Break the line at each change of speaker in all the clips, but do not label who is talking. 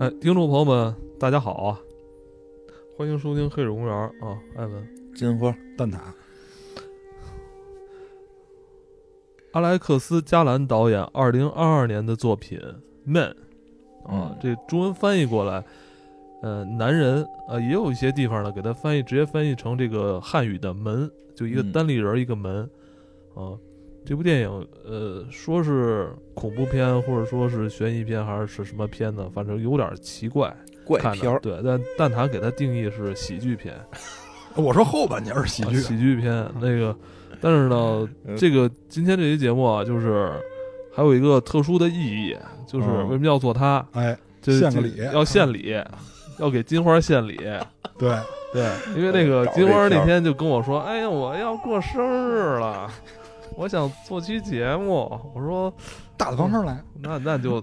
哎，听众朋友们，大家好啊！欢迎收听《黑水公园》啊，艾文。
金花蛋挞，
阿莱克斯·加兰导演二零二二年的作品《Man》啊
嗯，
这中文翻译过来，呃，男人啊，也有一些地方呢，给它翻译直接翻译成这个汉语的“门”，就一个
嗯
单立人儿一个门啊。这部电影，呃，说是恐怖片，或者说是悬疑片，还是是什么片呢？反正有点奇怪，
怪
看
片
着
儿。
对，但蛋挞给它定义是喜剧片，
我说后半截儿喜
啊
剧，
喜剧片
嗯
那个，但是呢，这个今天这期节目啊，就是还有一个特殊的意义，就是
嗯
为什么要做它？
哎，
就
献
就
个礼
要献礼，要给金花献礼。
对，
啊
对，因为那个
哎搞这
金花
片
那
儿
天就跟我说：“哎呀，我要过生日了，我想做期节目。”我说
大大方方来，：“
那那就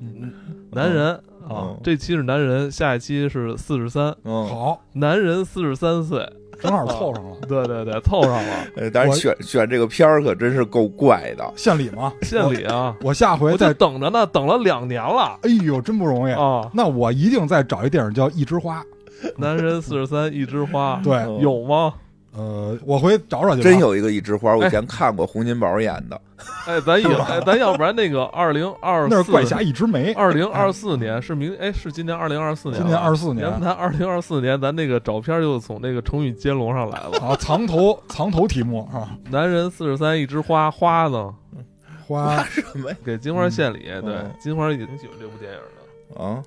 男人啊
嗯，
这期是男人，下一期是四十三，
嗯，
好，
男人四十三岁。”
正好凑上了，
对对对，凑上了
呃，但是
我
选选这个片儿可真是够怪的。
献礼嘛。
献礼啊！
我下回
我就
再，
等着呢，等了两年了
哎呦，真不容易。
啊！
那我一定再找一电影叫《一枝花
男人四十三，一枝花》。，
对，
嗯
有吗？
呃，我回去找找去吧。
真有一个一枝花，我
哎
以前看过洪金宝演的，
哎，咱以哎，咱要不然那个二零二
那是怪
四，
侠一枝梅，
二零二四年是明哎是今年二零二四年了，
今年二四
咱
年
们谈二零二四年，咱那个照片就从那个成语接龙上来了。
啊，藏头藏头题目啊，
男人四十三，一枝花，花呢
花
什么呀？
给金花献礼，
嗯
对
嗯，
金花也挺喜欢这部电影的。
啊，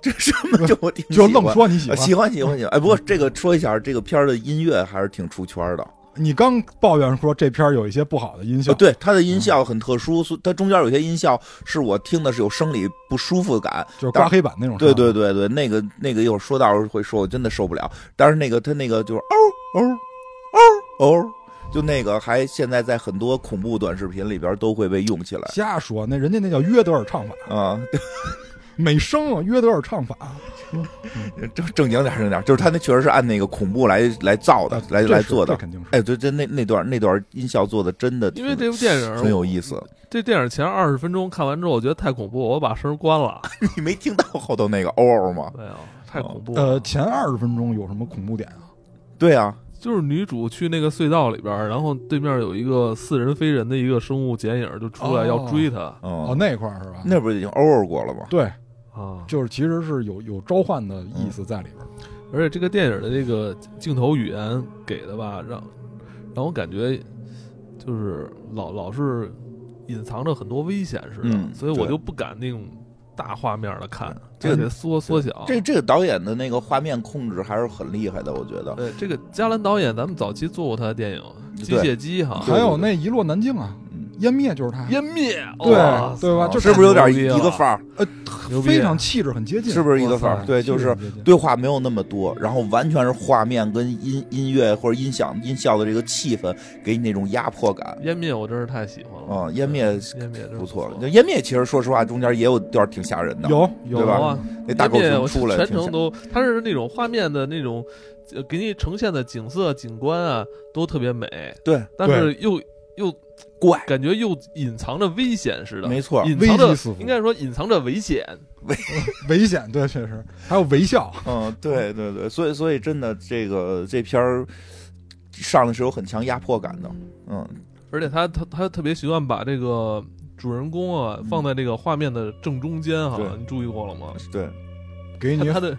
这什么就我挺
就
喜
愣
欢
说你喜
啊
欢。
喜欢喜欢喜欢。哎，不过这个说一下，这个片儿的音乐还是挺出圈的。
你刚抱怨说这片儿有一些不好的音效
呃，对，它的
嗯
音效很特殊，所以它中间有些音效是我听的是有生理不舒服感。
就是刮黑板那种。
对对，对对，那个那个一会儿说到会说，我真的受不了。但是那个他那个就是嗷嗷嗷嗷，就那个还现在在很多恐怖短视频里边都会被用起来
瞎说，那人家那叫约德尔唱法，
啊。
美声啊，约德尔唱法。
正正经点儿正经点儿，就是他那确实是按那个恐怖来来造的，来
这
来
是
做
这
的。
肯定是。
哎，对，这那那段那段音效做的真的挺，
因为这部电
很
影，
有意思。
这电影前二十分钟看完之后，我觉得太恐怖，我把声关了。
你没听到后头那个嗷嗷吗？
没有，太恐怖了。
呃，前二十分钟有什么恐怖点啊？
对啊，
就是女主去那个隧道里边儿，然后对面有一个似人非人的一个生物剪影，就出来
哦
要追她、
哦，
嗯，
那块儿是吧？
那不是已经嗷嗷过了吗？
对，
哦
啊。
就是其实是有有召唤的意
嗯
思在里边儿。
而且这个电影的这个镜头语言给的吧，让让我感觉就是老老是隐藏着很多危险似的，
嗯
所以我
对
就不敢那种大画面的看，
这个
得缩缩小。
这这个导演的那个画面控制还是很厉害的，我觉得。
呃，这个加兰导演，咱们早期做过他的电影《机械姬》哈，
对
还有那一落南京啊
嗯，
湮灭就是他，
湮灭，
对
哇塞
对吧？
哦
就是
不是有点
牛逼了
一个范儿？
牛逼
非常气质很接近，
是不是一个范
哇
儿？
塞
对，就是
气质很接近
对话没有那么多，然后完全是画面跟音音乐或者音响音效的这个气氛给你那种压迫感
湮灭我真是太喜欢了
啊。湮灭
湮灭真是
不错，
错
那湮灭其实说实话中间也有段儿挺吓人的，
有有
对吧
有啊，
那大狗
湮灭我
熊
是
出来
全
挺吓
程都，它是那种画面的那种，呃给你呈现的景色、景观啊，都特别美，
对
但是又又
怪，
感觉又隐藏着危险似的，
没错，
隐藏着
危机四伏
应该说隐藏着危险，
危险，对，确实还有微笑，
嗯，对对对，所以所以真的这个这片儿上的是有很强压迫感的，嗯，
而且他他他特别喜欢把这个主人公啊
嗯
放在这个画面的正中间哈，
对
你注意过了吗？
对，
给
他
你
他的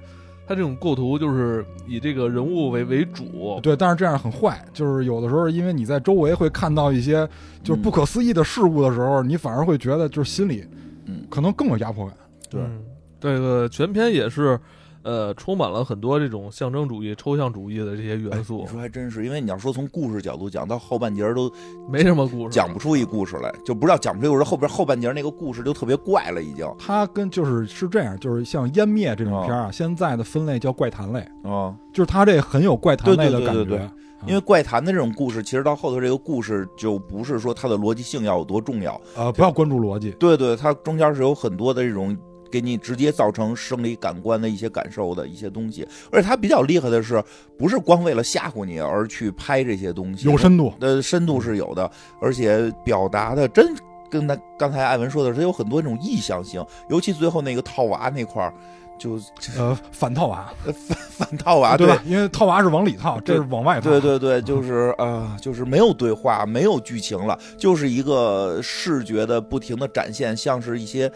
他这种构图就是以这个人物为为主，
对，但是这样很坏，就是有的时候因为你在周围会看到一些就是不可思议的事物的时候，你反而会觉得就是心里
嗯
可能更有压迫感。
对
嗯，这个全片也是，呃，充满了很多这种象征主义、抽象主义的这些元素
哎你，说还真是，因为你要说从故事角度讲，到后半截儿都
没什么故事，
讲不出一故事来，就不知道讲不出一故事，后边后半截儿那个故事就特别怪了，已经
它跟就是是这样，就是像《湮灭》这种片
哦
儿啊，现在的分类叫怪谈类，
啊。
就是它这很有怪谈类的
对对
感
对对
觉。
因为怪谈的这种故事，其实到后头这个故事就不是说它的逻辑性要有多重要，
呃，不要关注逻辑，
对对，它中间是有很多的这种给你直接造成生理感官的一些感受的一些东西，而且它比较厉害的是，不是光为了吓唬你而去拍这些东西，
有深度。
呃深度是有的，而且表达的真跟他刚才艾文说的是，它有很多这种意向性，尤其最后那个套娃那块儿，就
呃，反套娃，
反套
啊
娃
啊对吧？因为套娃是往里套，
对
这是往外套。
对对对，就是啊、就是没有对话，没有剧情了，就是一个视觉的不停的展现，像是一些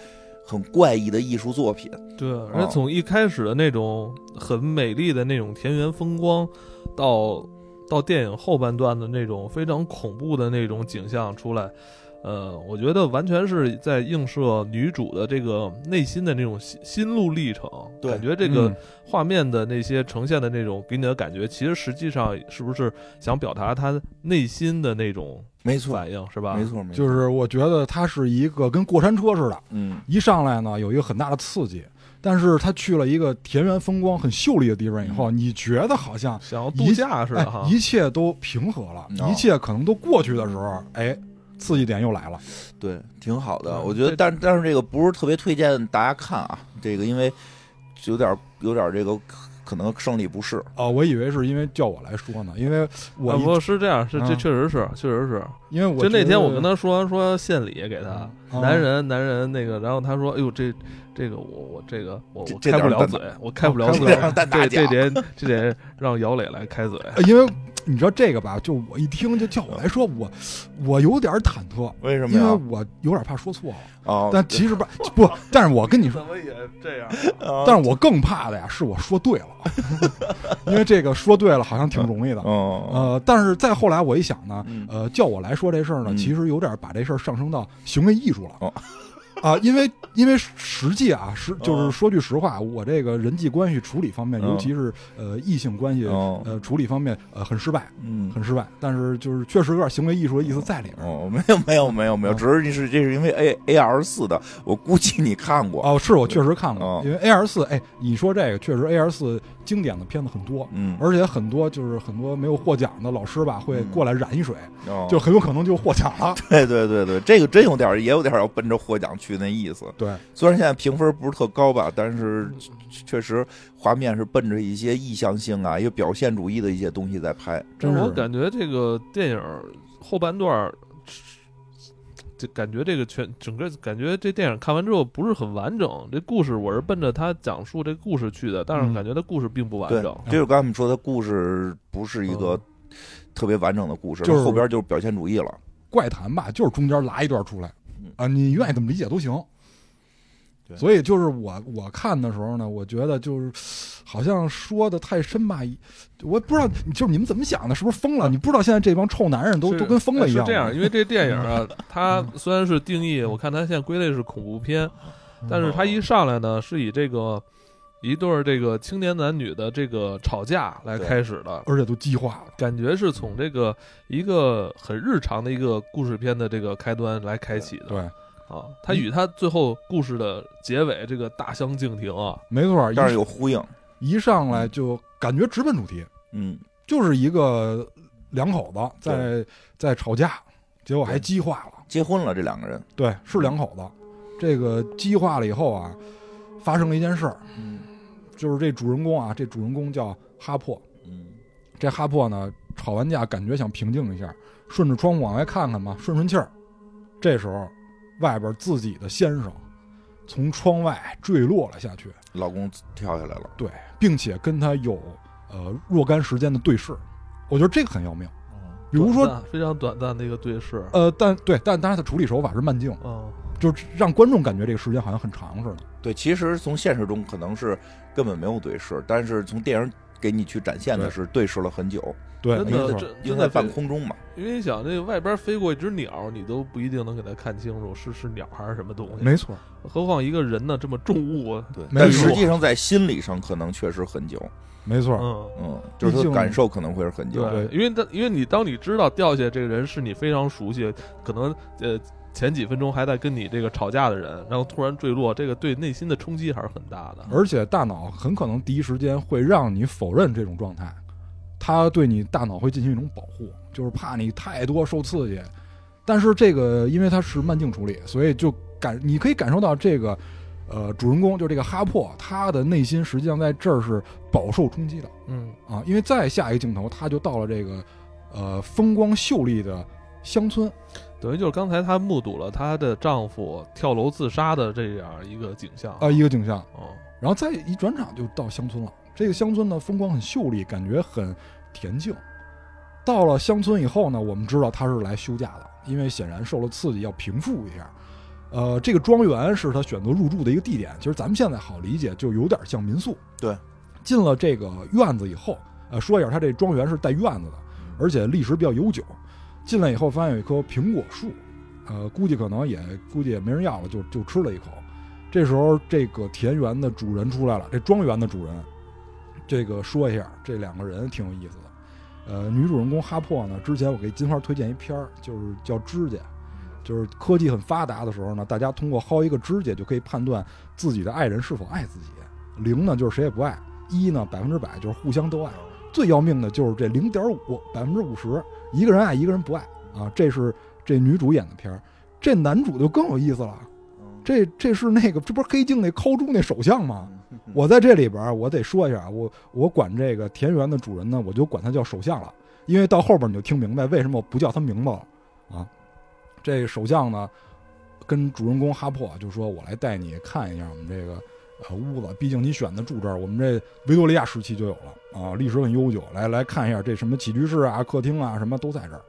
很怪异的艺术作品。
对，而
啊
且从一开始的那种很美丽的那种田园风光，到到电影后半段的那种非常恐怖的那种景象出来，呃，我觉得完全是在映射女主的这个内心的那种心心路历程。
对
感觉这个
嗯
画面的那些呈现的那种给你的感觉，其实实际上是不是想表达她内心的那种
没错，
反应，是吧？
没，错，没错，
就是我觉得它是一个跟过山车似的，
嗯，
一上来呢有一个很大的刺激，但是他去了一个田园风光很秀丽的地方以后，你觉得好像
想要度假似
哎
嗯的哈。
一切都平和了，
哦
一切可能都过去的时候，哎，刺激点又来了。
对，挺好的。
嗯
我觉得，
这
但但是这个不是特别推荐大家看啊，这个因为有点有点这个可能生理不适。
啊，我以为是因为叫我来说呢，因为我
啊，
一
不是这样，是这
嗯
确实是，确实是，
因为我
就那
觉
天
得
我跟他说说献礼给他，
嗯
男人男人那个，然后他说，哎呦这这个我我这个我
这
我
这
开不
点
了
儿蛋
嘴，我开不了
哦开不
嘴
了，
蛋大
这这
奖
得这得让姚磊来开嘴。
呃因为你知道这个吧，就我一听就叫我来说，我我有点忐忑，
为什么
因为
呀？
我有点怕说错了。
哦，
但其实吧，不，但是我跟你说，
么也这样？
哦
但是我更怕的呀，是我说对了， 因为这个说对了好像挺容易的。
哦，
呃，但是再后来我一想呢
嗯，
呃，叫我来说这事儿呢，
嗯
其实有点把这事儿上升到行为艺术了。
哦
啊，因为因为实际啊，实就是
哦
说句实话，我这个人际关系处理方面，
嗯
尤其是呃异性关系
哦
呃处理方面，呃很失败，
嗯，
很失败。但是就是确实有点行为艺术的意思在里边。
哦，没有没有没有没有，
嗯
只是你是这是因为 A A R 四的，我估计你看过。
哦，是我确实看过
哦，
因为 A R 四，哎，你说这个确实 A R 四经典的片子很多，
嗯，
而且很多就是很多没有获奖的老师吧，会
嗯
过来燃一水，
哦
就很有可能就获奖了。
对哎对对对，这个真有点儿也有点儿要奔着获奖去那意思。
对，
虽然现在评分不是特高吧，但是确确实画面是奔着一些意向性啊，一个表现主义的一些东西在拍。
真
嗯我
是
感觉这个电影后半段儿，就感觉这个全整个感觉这电影看完之后不是很完整。这故事我是奔着他讲述这故事去的，但
嗯
是感觉他故事并不完
对
整。，
这就是刚才我们说的故事不是一个特别完整的故事，
嗯就是
后边就是表现主义了。
怪谈吧，就是中间拉一段出来
嗯，
啊，你愿意怎么理解都行。
对
所以就是我我看的时候呢，我觉得就是好像说的太深吧，我不知道就是你们怎么想的，是不是疯了？你不知道现在这帮臭男人都
是哎
都跟疯了嗯一样
是
吗。
这样，因为这电影啊，它虽然是定义，我看它现在归类是恐怖片，
嗯
但是
哦
它一上来呢，是以这个一对儿这个青年男女的这个吵架来
对
开始的。
而且都激化了。
感觉是从这个一个很日常的一个故事片的这个开端来开启的
对，
啊，它与它最后故事的结尾这个大相径庭啊，
没错，
但是
一
有呼应，
一上来就感觉直奔主题，
嗯，
就是一个两口子在在吵架，结果还激化了。
结婚了这两个人，
对，是两口子。这个激化了以后啊，发生了一件事儿，
嗯
就是这主人公啊，这主人公叫哈珀。
嗯
这哈珀呢，吵完架感觉想平静一下，顺着窗户往外看看嘛，顺顺气儿。这时候，外边自己的先生从窗外坠落了下去，
老公跳下来了，
对，并且跟他有呃若干时间的对视。我觉得这个很要命。比如说
短，暂非常短暂的一个对视，
呃，但对，但但是他处理手法是慢镜，
嗯，
就是让观众感觉这个时间好像很长似的。
对，其实从现实中可能是根本没有对视，但是从电影给你去展现的是对视了很久，
对，
真
没
的
错。
这
因
真
为在
的
半
这
空中嘛，
因为你想，这外边飞过一只鸟，你都不一定能给它看清楚是是鸟还是什么东西，
没错，
何况一个人呢？这么重物，啊
对，
没
但
错
实际上在心理上可能确实很久，
没错，
嗯，
嗯，就是
毕
他
竟
的感受可能会是很久，
对，因为他因为你当你知道掉下这个人是你非常熟悉，可能呃前几分钟还在跟你这个吵架的人，然后突然坠落，这个对内心的冲击还是很大的。
而且大脑很可能第一时间会让你否认这种状态，它对你大脑会进行一种保护，就是怕你太多受刺激。但是这个因为它是慢镜处理，所以就感你可以感受到这个，呃，主人公就这个哈珀，他的内心实际上在这儿是饱受冲击的
嗯，
啊，因为再下一个镜头他就到了这个，呃，风光秀丽的乡村，
等于就是刚才她目睹了她的丈夫跳楼自杀的这样一个景象
啊，一个景象。
哦，
然后再一转场就到乡村了。这个乡村呢，风光很秀丽，感觉很恬静。到了乡村以后呢，我们知道他是来休假的，因为显然受了刺激，要平复一下。呃，这个庄园是他选择入住的一个地点，其实咱们现在好理解，就有点像民宿。
对，
进了这个院子以后，呃，说一下，他这庄园是带院子的，而且历史比较悠久。进来以后发现有一棵苹果树，呃，估计可能也估计也没人要了，就就吃了一口。这时候，这个田园的主人出来了，这庄园的主人，这个说一下，这两个人挺有意思的。呃，女主人公哈珀呢，之前我给金花推荐一片儿，就是叫指甲，就是科技很发达的时候呢，大家通过薅一个指甲就可以判断自己的爱人是否爱自己。零呢就是谁也不爱，一呢百分之百就是互相都爱，最要命的就是这零点五百分之五十，一个人爱一个人不爱啊，这是这女主演的片儿，这男主就更有意思了。这这是那个，这不是黑镜那抠猪那首相吗？
嗯
我在这里边儿，我得说一下啊，我我管这个田园的主人呢，我就管他叫首相了，因为到后边你就听明白为什么我不叫他名字了啊。这首相呢，跟主人公哈珀就说：“我来带你看一下我们这个呃屋子，毕竟你选的住这儿，我们这维多利亚时期就有了啊，历史很悠久。来来看一下这什么起居室啊、客厅啊，什么都在这儿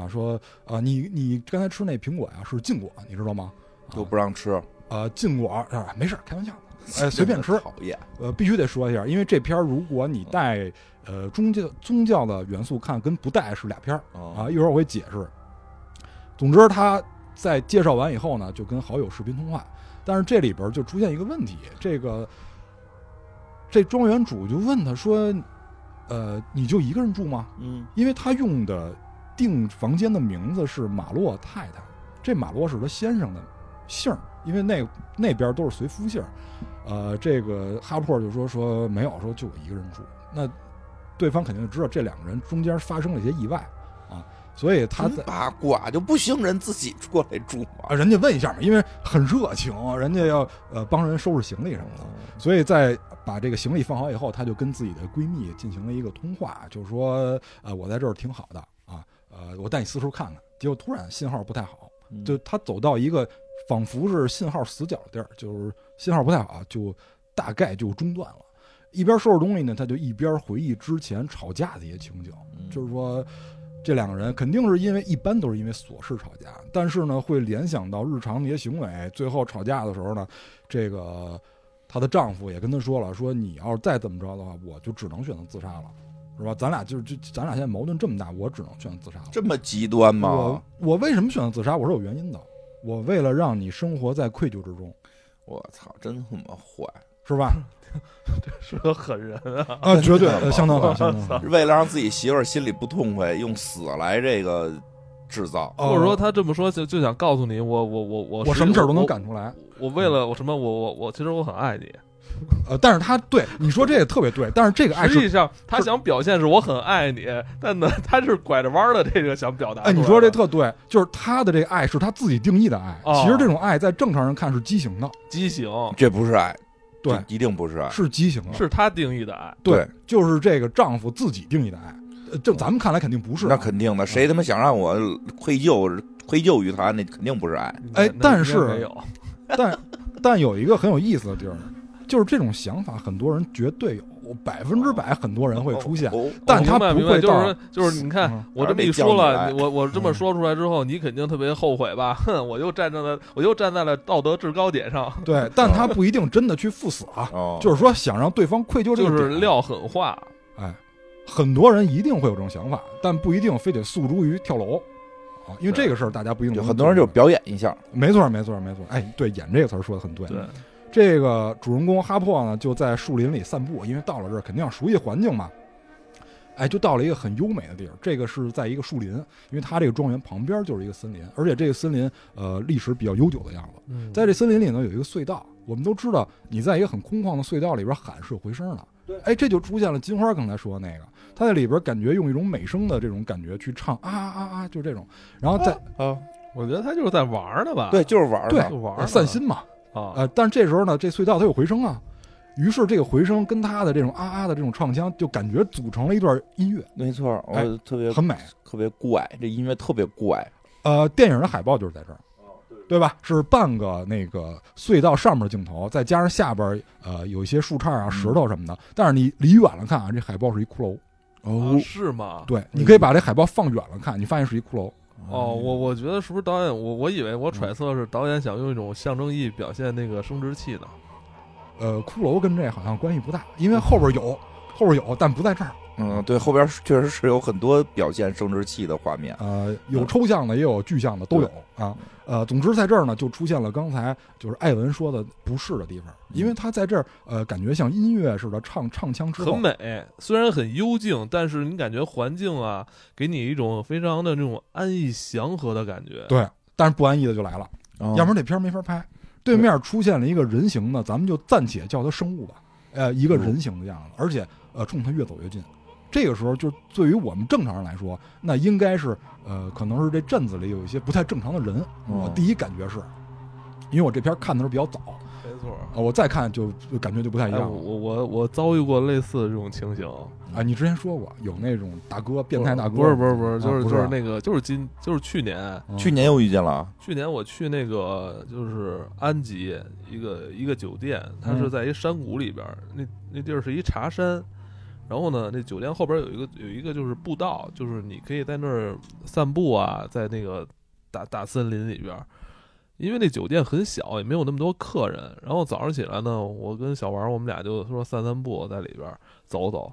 啊。说啊，你你刚才吃那苹果呀、是禁果，你知道吗？啊
就不让吃，。
呃，禁果啊，没事，儿，开玩笑的，哎，随便吃
讨厌。
呃，必须得说一下，因为这片儿如果你带呃宗教宗教的元素看，跟不带是俩片儿
啊
啊。，一会儿我会解释。总之，他在介绍完以后呢，就跟好友视频通话，但是这里边儿就出现一个问题，这个这庄园主就问他说：“呃，你就一个人住吗？”
嗯，
因为他用的订房间的名字是马洛太太，这马洛是他先生的姓儿，因为那那边都是随夫姓儿。呃，这个哈珀就说说没有，说就我一个人住。那对方肯定知道这两个人中间发生了一些意外啊，所以他
真
在
八卦就不行，人自己过来住嘛
啊，。人家问一下嘛，因为很热情，人家要呃帮人收拾行李什么
嗯
的。所以在把这个行李放好以后，她就跟自己的闺蜜进行了一个通话，就是说，呃，我在这儿挺好的啊，呃，我带你四处看看。结果突然信号不太好，
嗯
就她走到一个仿佛是信号死角的地儿，就是信号不太好，就大概就中断了。一边收拾东西呢，她就一边回忆之前吵架的一些情景，就是说。这两个人肯定是因为一般都是因为琐事吵架，但是呢会联想到日常的一些行为，最后吵架的时候呢，这个她的丈夫也跟她说了，说你要是再怎么着的话，我就只能选择自杀了，是吧？咱俩就是就咱俩现在矛盾这么大，我只能选择自杀了。
这么极端
我
吗？
我为什么选择自杀？我是有原因的，我为了让你生活在愧疚之中，
我操，真他妈坏！
是吧？
是个狠人啊！
啊，绝
真
对
的吗
呃相当狠，相当狠。
为了让自己媳妇儿心里不痛快，用死来这个制造。
或者说
呃
他这么说就就想告诉你，我我我我
我
我
什么事儿都能。干出来，
我我为了我什么我我我其实我很爱你。
呃，但是他对你说这个特别对，但是这个爱
实
是，
际上他想表现是我很爱你，但呢他是拐着弯儿的这个想表达出
哎，
来的。
你说这特对，就是他的这个爱是他自己定义的爱，
哦
其实这种爱在正常人看是畸形的，
畸形
这不是爱，
对
这，一定不是爱。
是畸形的，
是他定义的爱。
对
对，哦
就是这个丈夫自己定义的爱，呃这咱们看来肯定不是啊。
那肯定的，谁他妈想让我愧疚愧疚于他，那肯定不是爱。
那
哎
那
但
应该
是
没有，
但但有一个很有意思的地儿，就是这种想法，很多人绝对有，百分之百很多人会出现。
哦，
但
我
他
明白
不
明白
会
就是
到
说，就是你看
嗯
我这么一说了，你我我这么说出来之后，你肯定特别后悔吧？哼，我又站在了，我又站在了道德制高点上，
对，但他
哦
不一定真的去赴死啊，
哦，
就是说想让对方愧疚这
就
个
是
点啊
撂狠话。
哎，很多人一定会有这种想法，但不一定非得诉诸于跳楼啊，因为这个事儿大家不一定
有
能
很多人就
做出
表演一下，
来没错没错没错，哎，对，演这个词儿说的很对。
嗯对，
这个主人公哈珀呢，就在树林里散步，因为到了这儿肯定要熟悉环境嘛。哎，就到了一个很优美的地儿，这个是在一个树林，因为它这个庄园旁边就是一个森林，而且这个森林呃历史比较悠久的样子。
嗯
在这森林里呢有一个隧道，我们都知道你在一个很空旷的隧道里边喊是有回声的。对，哎，这就出现了金花刚才说的那个，她在里边感觉用一种美声的这种感觉去唱啊啊啊，就这种，然后再、
啊，
我觉得他就是在玩儿呢吧？
对，，就是玩儿
哦对
呢
就玩儿
呃
呢
散心嘛，
啊，
呃，但这时候呢，这隧道它有回声啊，于是这个回声跟他的这种啊啊的这种唱腔，就感觉组成了一段音乐，
没错，
哎
我特别
很美。
特别怪，这音乐特别怪，
呃，电影的海报就是在这儿，对吧？是半个那个隧道上面的镜头，再加上下边儿呃有一些树杈啊、石头什么的。但是你离远了看啊，这海报是一骷髅。
啊是吗？
对，你可以把这海报放远了看，你发现是一骷髅。
哦，我我觉得是不是导演？我我以为我
嗯
揣测是导演想用一种象征意义表现那个生殖器呢。
呃，骷髅跟这好像关系不大，因为后边有，后边有，但不在这儿。
嗯，对，后边确实是有很多表现生殖器的画面。
呃，有抽象的，也有具象的，都有啊。呃，总之在这儿呢，就出现了刚才就是艾文说的不适的地方，因为他在这儿呃，感觉像音乐似的唱唱腔之后
很，美，虽然很幽静，但是你感觉环境啊，给你一种非常的那种安逸祥和的感觉。
对，但是不安逸的就来了，
要
要不然这片儿没法拍。对面出现了一个人形的，咱们就暂且叫它生物吧，呃，一个人形的样子，而且呃，冲它越走越近。这个时候，就是对于我们正常人来说，那应该是呃，可能是这镇子里有一些不太正常的人。我
嗯
第一感觉是，因为我这片儿看的时候比较早，
没错。
啊，我再看就就感觉就不太一
哎，
样
我
了。
我我我遭遇过类似的这种情形，
啊，你之前说过有那种大哥，变态大哥，
不是不是不是，就
啊
是
不
就是是那个就是今就是去年，
嗯
去年又遇见了，
去年我去那个就是安吉一个一个酒店，它是
嗯
在一山谷里边儿，那那地儿是一茶山。然后呢，那酒店后边有一个有一个就是步道，就是你可以在那儿散步啊，在那个大大森林里边儿。因为那酒店很小，也没有那么多客人。然后早上起来呢，我跟小王我们俩就说散散步，在里边儿走走，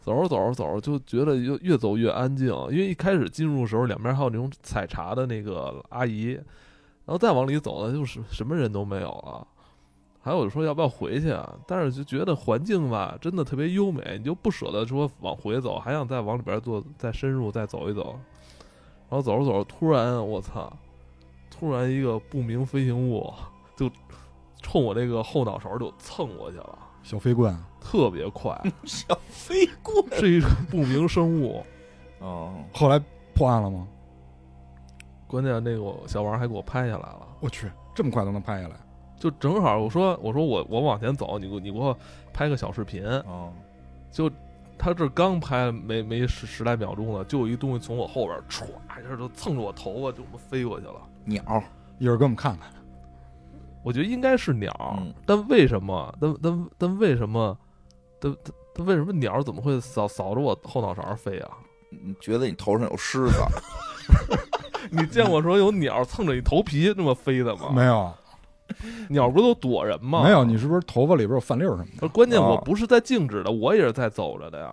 走着走着走着就觉得越越走越安静。因为一开始进入的时候，两边还有那种采茶的那个阿姨，然后再往里走呢，就是什么人都没有了。还有说要不要回去啊？但是就觉得环境吧，真的特别优美，你就不舍得说往回走，还想再往里边坐，再深入再走一走。然后走着走着，突然我操，突然一个不明飞行物就冲我这个后脑勺就蹭过去了，
小飞棍，
特别快，
小飞棍。
是一个不明生物。
哦，
后来破案了吗？
关键那个小王还给我拍下来了。
我去，这么快都能拍下来？
就正好我说我说我我往前走，你给我你给我拍个小视频，
哦，
就他这刚拍没没十十来秒钟呢，就有一东西从我后边歘一下就蹭着我头发就这么飞过去了。
鸟，
一会儿给我们看看。
我觉得应该是鸟，
嗯
但为什么？但但但为什么？但但但为什么鸟怎么会扫扫着我后脑勺飞 啊？
你觉得你头上有虱子？
你见过说有鸟蹭着你头皮这么飞的吗？
没有，
鸟不是都躲人吗？
没有，。你是不是头发里边有啊饭粒儿什么的？
不是关键，
哦
我不是在静止的，我也是在走着的呀。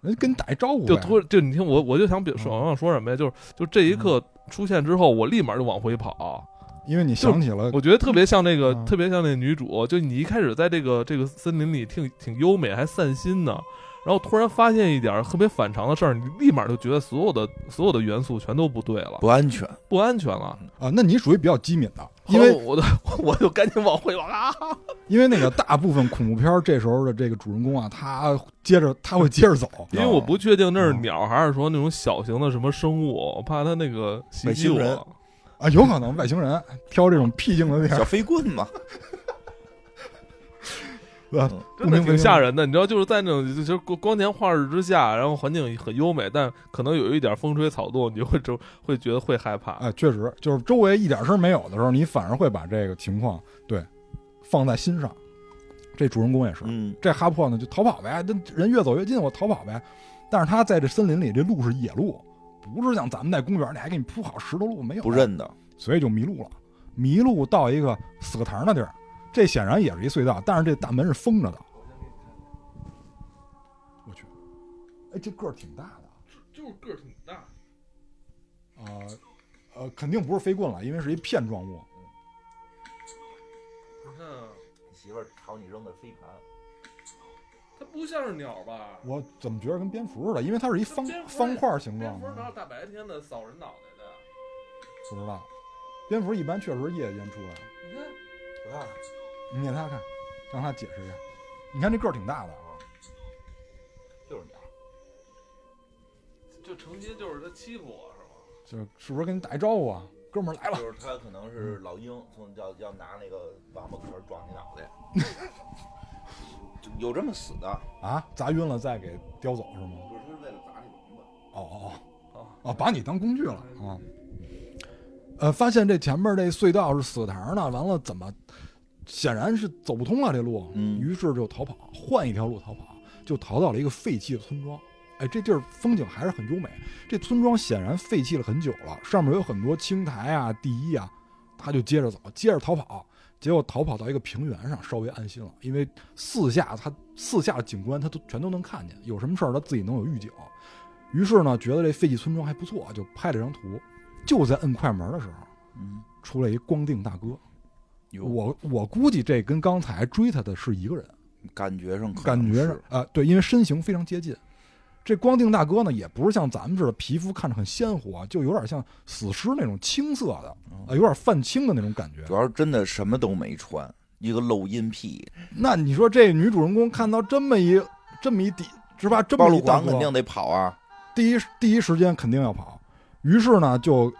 人家跟你打一招呼呗，
就突就你听我，我就想表
嗯
说，我想说什么呀？就是就这一刻出现之后，我立马就往回跑。
因为你想起了
我觉得特别像那个，
呃嗯
特别像那女主，就你一开始在这个这个森林里挺挺优美，还散心呢，然后突然发现一点儿特别反常的事儿，你立马就觉得所有的所有的元素全都不对了，
不安全。
不安全了。
啊，那你属于比较机敏的，因
后来
为
我我就我就赶紧往回往啊，
因为那个大部分恐怖片儿这时候的这个主人公啊，他接着他会接着走，
因为我不确定那是鸟还是说那种小型的什么生物，我怕它那个袭击
外星人
我。
啊，有可能外星人挑这种僻静的 地
小
儿，
飞棍嘛，
呃
真的挺吓人的，你知道，就是在那种就是光光天化日之下，然后环境很优美，但可能有一点风吹草动，你就会就会觉得会害怕。
哎，确实就是周围一点声儿没有的时候，你反而会把这个情况对放在心上。这主人公也是，
嗯，
这哈珀呢就逃跑呗，那人越走越近，我逃跑呗。但是他在这森林里，这路是野路，不是像咱们在公园里还给你铺好石头路，没有
不认的。
所以就迷路了。迷路到一个死个堂的地儿，这显然也是一隧道，但是这大门是封着的。我去，哎，这个儿挺大的
就是个儿挺大，
啊，呃，呃，肯定不是飞棍了，因为是一片状物。
你看啊，
媳妇儿朝你扔的飞盘，
它不像是鸟吧？
我怎么觉得跟蝙蝠似的？因为它是一方方块形状的，
有大白天的扫人脑袋的？
不知道。蝙蝠一般确实夜间出来。
你看，
你给他看，让他解释一下。你看这个儿挺大的，啊
就是鸟。
就成心就是它欺负我是
就是是不是跟你打一招呼啊？哥们儿来了，
就是他可能是老鹰，从要要拿那个王八壳撞你脑袋，有这么死的？
啊，砸晕了再给叼走是吗？
不是，他是为了砸那王八。
哦哦
吗？
哦，哦，把你当工具了啊！呃，发现这前面这隧道是死堂呢，完了怎么，显然是走不通了这路，
嗯
于是就逃跑，换一条路逃跑，就逃到了一个废弃的村庄。哎，这地儿风景还是很优美。这村庄显然废弃了很久了，上面有很多青苔啊、地衣啊。他就接着走，接着逃跑，结果逃跑到一个平原上，稍微安心了，因为四下他四下的景观他都全都能看见，有什么事儿他自己能有预警。于是呢，觉得这废弃村庄还不错，就拍了张图。就在摁快门的时候，
嗯，
出来一光腚大哥。
有
我我估计这跟刚才追他的是一个人，
感觉上可能
感觉上
是
啊、对，因为身形非常接近。这光腚大哥呢，也不是像咱们似的皮肤看着很鲜活，就有点像死尸那种青色的，
嗯
呃，有点泛青的那种感觉
主。要是真的什么都没穿，一个露阴屁，
那你说这女主人公看到这么一这么一底，只怕这
暴
么
露
一大
狂
哥，
肯定得跑啊。
第一第一时间肯定要跑，于是呢就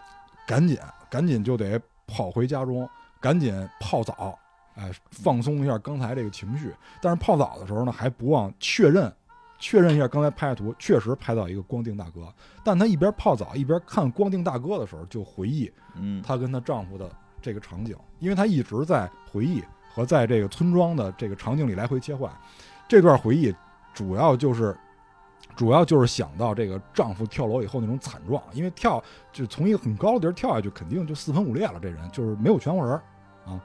赶紧赶紧就得跑回家中，赶紧泡澡，哎，放松一下刚才这个情绪。但是泡澡的时候呢，还不忘确认确认一下刚才拍的图，确实拍到一个光腚大哥。但她一边泡澡一边看光腚大哥的时候，就回忆
嗯，
她跟她丈夫的这个场景，因为她一直在回忆和在这个村庄的这个场景里来回切换。这段回忆主要就是，主要就是想到这个丈夫跳楼以后那种惨状，因为跳就从一个很高的地儿跳下去，肯定就四分五裂了，这人就是没有全乎人儿啊。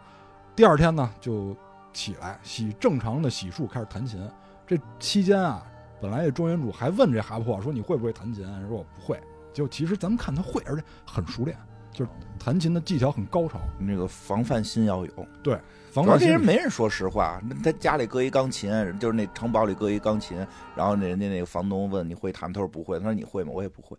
第二天呢，就起来洗正常的洗漱，开始弹琴。这期间啊，本来这庄园主还问这哈珀说你会不会弹琴，啊说我不会。就其实咱们看他会，而且很熟练，就是弹琴的技巧很高超。
那个防范心要有。
防
主要
范
这
心
人
理
没人说实话，那他家里搁一钢琴，就是那城堡里搁一钢琴，然后那人家那个房东问你会弹吗，他说不会，他说你会吗？我也不会。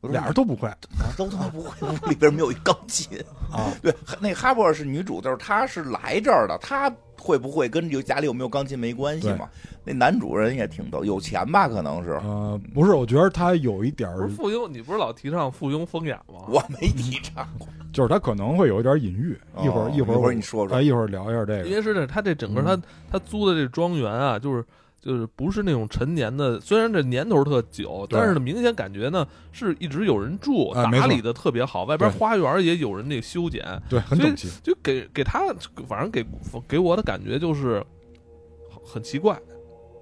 我说
俩人都不会
你都他妈不会，屋里边没有一钢琴。
啊。
对，那哈珀是女主，就是她是来这儿的，她会不会跟有家里有没有钢琴没关系嘛？那男主人也挺逗，有钱吧？可能是
呃，不是，我觉得他有一点
不
儿
是，附庸，你不是老提倡附庸风雅吗？
我没提倡。
就是他可能会有一点隐喻。嗯一会儿
哦
一会儿
一会
我
儿你说说
哎，一会儿聊一下这
因
个。
为是这，他这
嗯
整个他、他租的这庄园啊，就是就是不是那种陈年的，虽然这年头特久，
对
但是呢，明显感觉呢是一直有人住，
哎没错
打理的特别好，外边
对
花园也有人那修剪，
对，很
所以
整齐。
就给给他，反正给给我的感觉就是很很奇怪，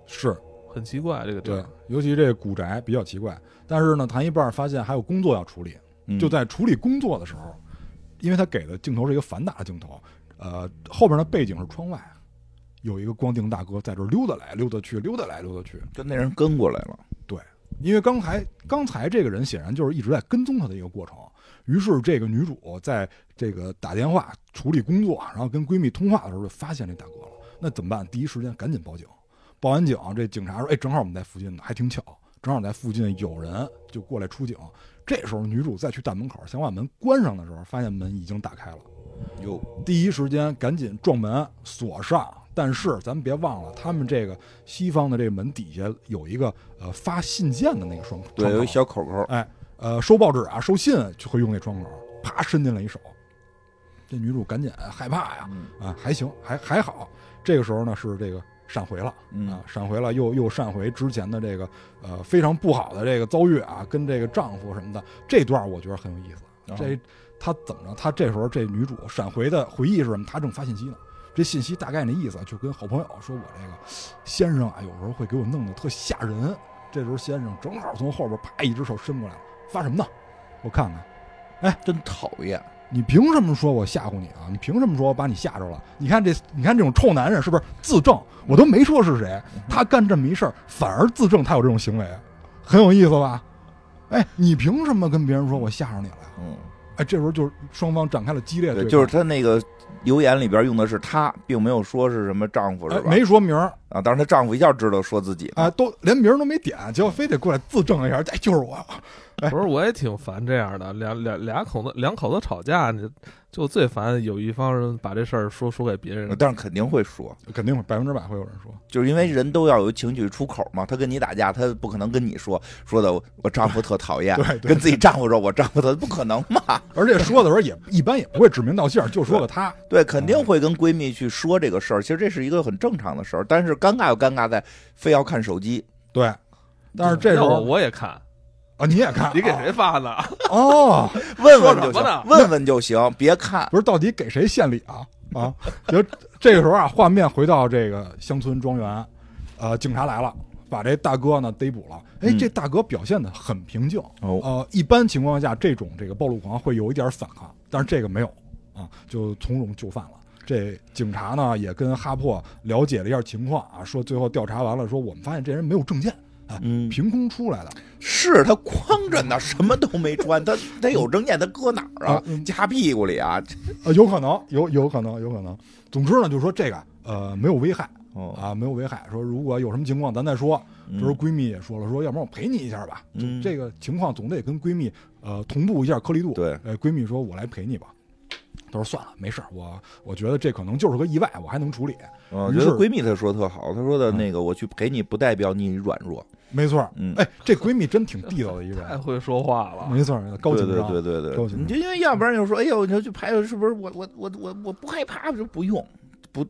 是
很奇怪这个地
对
儿，，
尤其这古宅比较奇怪。但是呢，谈一半儿发现还有工作要处理，
嗯
就在处理工作的时候，因为他给的镜头是一个反打的镜头，呃，后边的背景是窗外，有一个光腚大哥在这儿溜达来溜达去，溜达来溜达去。
就那人跟过来了，
因为刚才刚才这个人显然就是一直在跟踪他的一个过程，于是这个女主在这个打电话处理工作，然后跟闺蜜通话的时候就发现这大哥了，那怎么办？第一时间赶紧报警。报完警，这警察说：“哎，正好我们在附近呢，还挺巧，正好在附近有人就过来出警。”这时候女主再去大门口想把门关上的时候，发现门已经打开了。
有
第一时间赶紧撞门锁上。但是咱们别忘了，他们这个西方的这个门底下有一个呃发信件的那个窗口，
对有一小口口，
哎呃收报纸啊收信就会用那窗口，啪伸进来一手。这女主赶紧哎害怕呀，
嗯
啊还行还还好。这个时候呢是这个闪回了。啊
嗯，，
闪回了，又又闪回之前的这个呃非常不好的这个遭遇啊，跟这个丈夫什么的，这段我觉得很有意思。
啊
这她怎么着？她这时候这女主闪回的回忆是什么？她正发信息呢。这信息大概那意思啊就跟好朋友说，我这个先生啊，有时候会给我弄得特吓人。这时候先生正好从后边啪一只手伸过来了，发什么呢？我看看，
真讨厌。
你凭什么说我吓唬你啊？你凭什么说我把你吓着了？你看这，你看这种臭男人是不是自证？我都没说是谁，他干这么一事儿，反而自证他有这种行为，很有意思吧？哎，你凭什么跟别人说我吓着你了呀？
嗯，
哎，这时候就是双方展开了激烈
对，
的对
就是
抗，
他那个留言里边用的是他，并没有说是什么丈夫是
哎，
吧？
没说名儿
啊，当然她丈夫一下知道说自己了
啊、都连名儿都没点，结果非得过来自证一下，哎，就是我。
不是，我也挺烦这样的，两两俩口子两口子吵架，你就最烦有一方人把这事儿说说给别人，
但是肯定会说，
肯定会百分之百会有人说，
就是因为人都要有情绪出口嘛。她跟你打架，她不可能跟你说说的我我丈夫特讨厌，
对对
跟自己丈夫说我丈夫特不可能嘛。
而且说的时候也一般也不会指名道姓，就说个他。
对，肯定会跟闺蜜去说这个事儿。其实这是一个很正常的事儿，但是尴尬又尴尬在非要看手机。
对，但是这时
要我
候
我也看，
啊，你也看？
你给谁发的？
哦，
问问
说什
就
么呢
行，问问就行，别看。
不是，到底给谁献礼啊？啊，就这个时候啊，画面回到这个乡村庄园，呃，警察来了，把这大哥呢逮捕了。哎，
嗯
这大哥表现的很平静，
哦
呃，一般情况下，这种这个暴露狂会有一点反抗，但是这个没有啊，就从容就范了。这警察呢也跟哈珀了解了一下情况啊，说最后调查完了，说我们发现这人没有证件啊，
嗯，
凭空出来的。
是他光着呢，什么都没穿，他他有证件，他搁哪儿啊
啊嗯？
夹屁股里啊？
呃，有可能，有有可能，有可能。总之呢，就说这个呃没有危害
哦，
啊，没有危害。说如果有什么情况，咱再说。这时候闺蜜也说了，说要不然我陪你一下吧。
嗯
这个情况总得跟闺蜜呃同步一下颗粒度。
对
呃，闺蜜说我来陪你吧。她说算了，没事儿，我我觉得这可能就是个意外，我还能处理。
嗯我
于
觉
是
得闺蜜她说特好，她说的那个我去陪你，不代表你软弱。
没错儿，
嗯
哎，这闺蜜真挺地道的一
太
人，啊
会说话了。
没错儿，高
对
情
对
商。
对对
高
对，
情
你
商
就因为要不然就说，哎呦，你就去拍，是不是我我我我我不害怕，我就不用。不，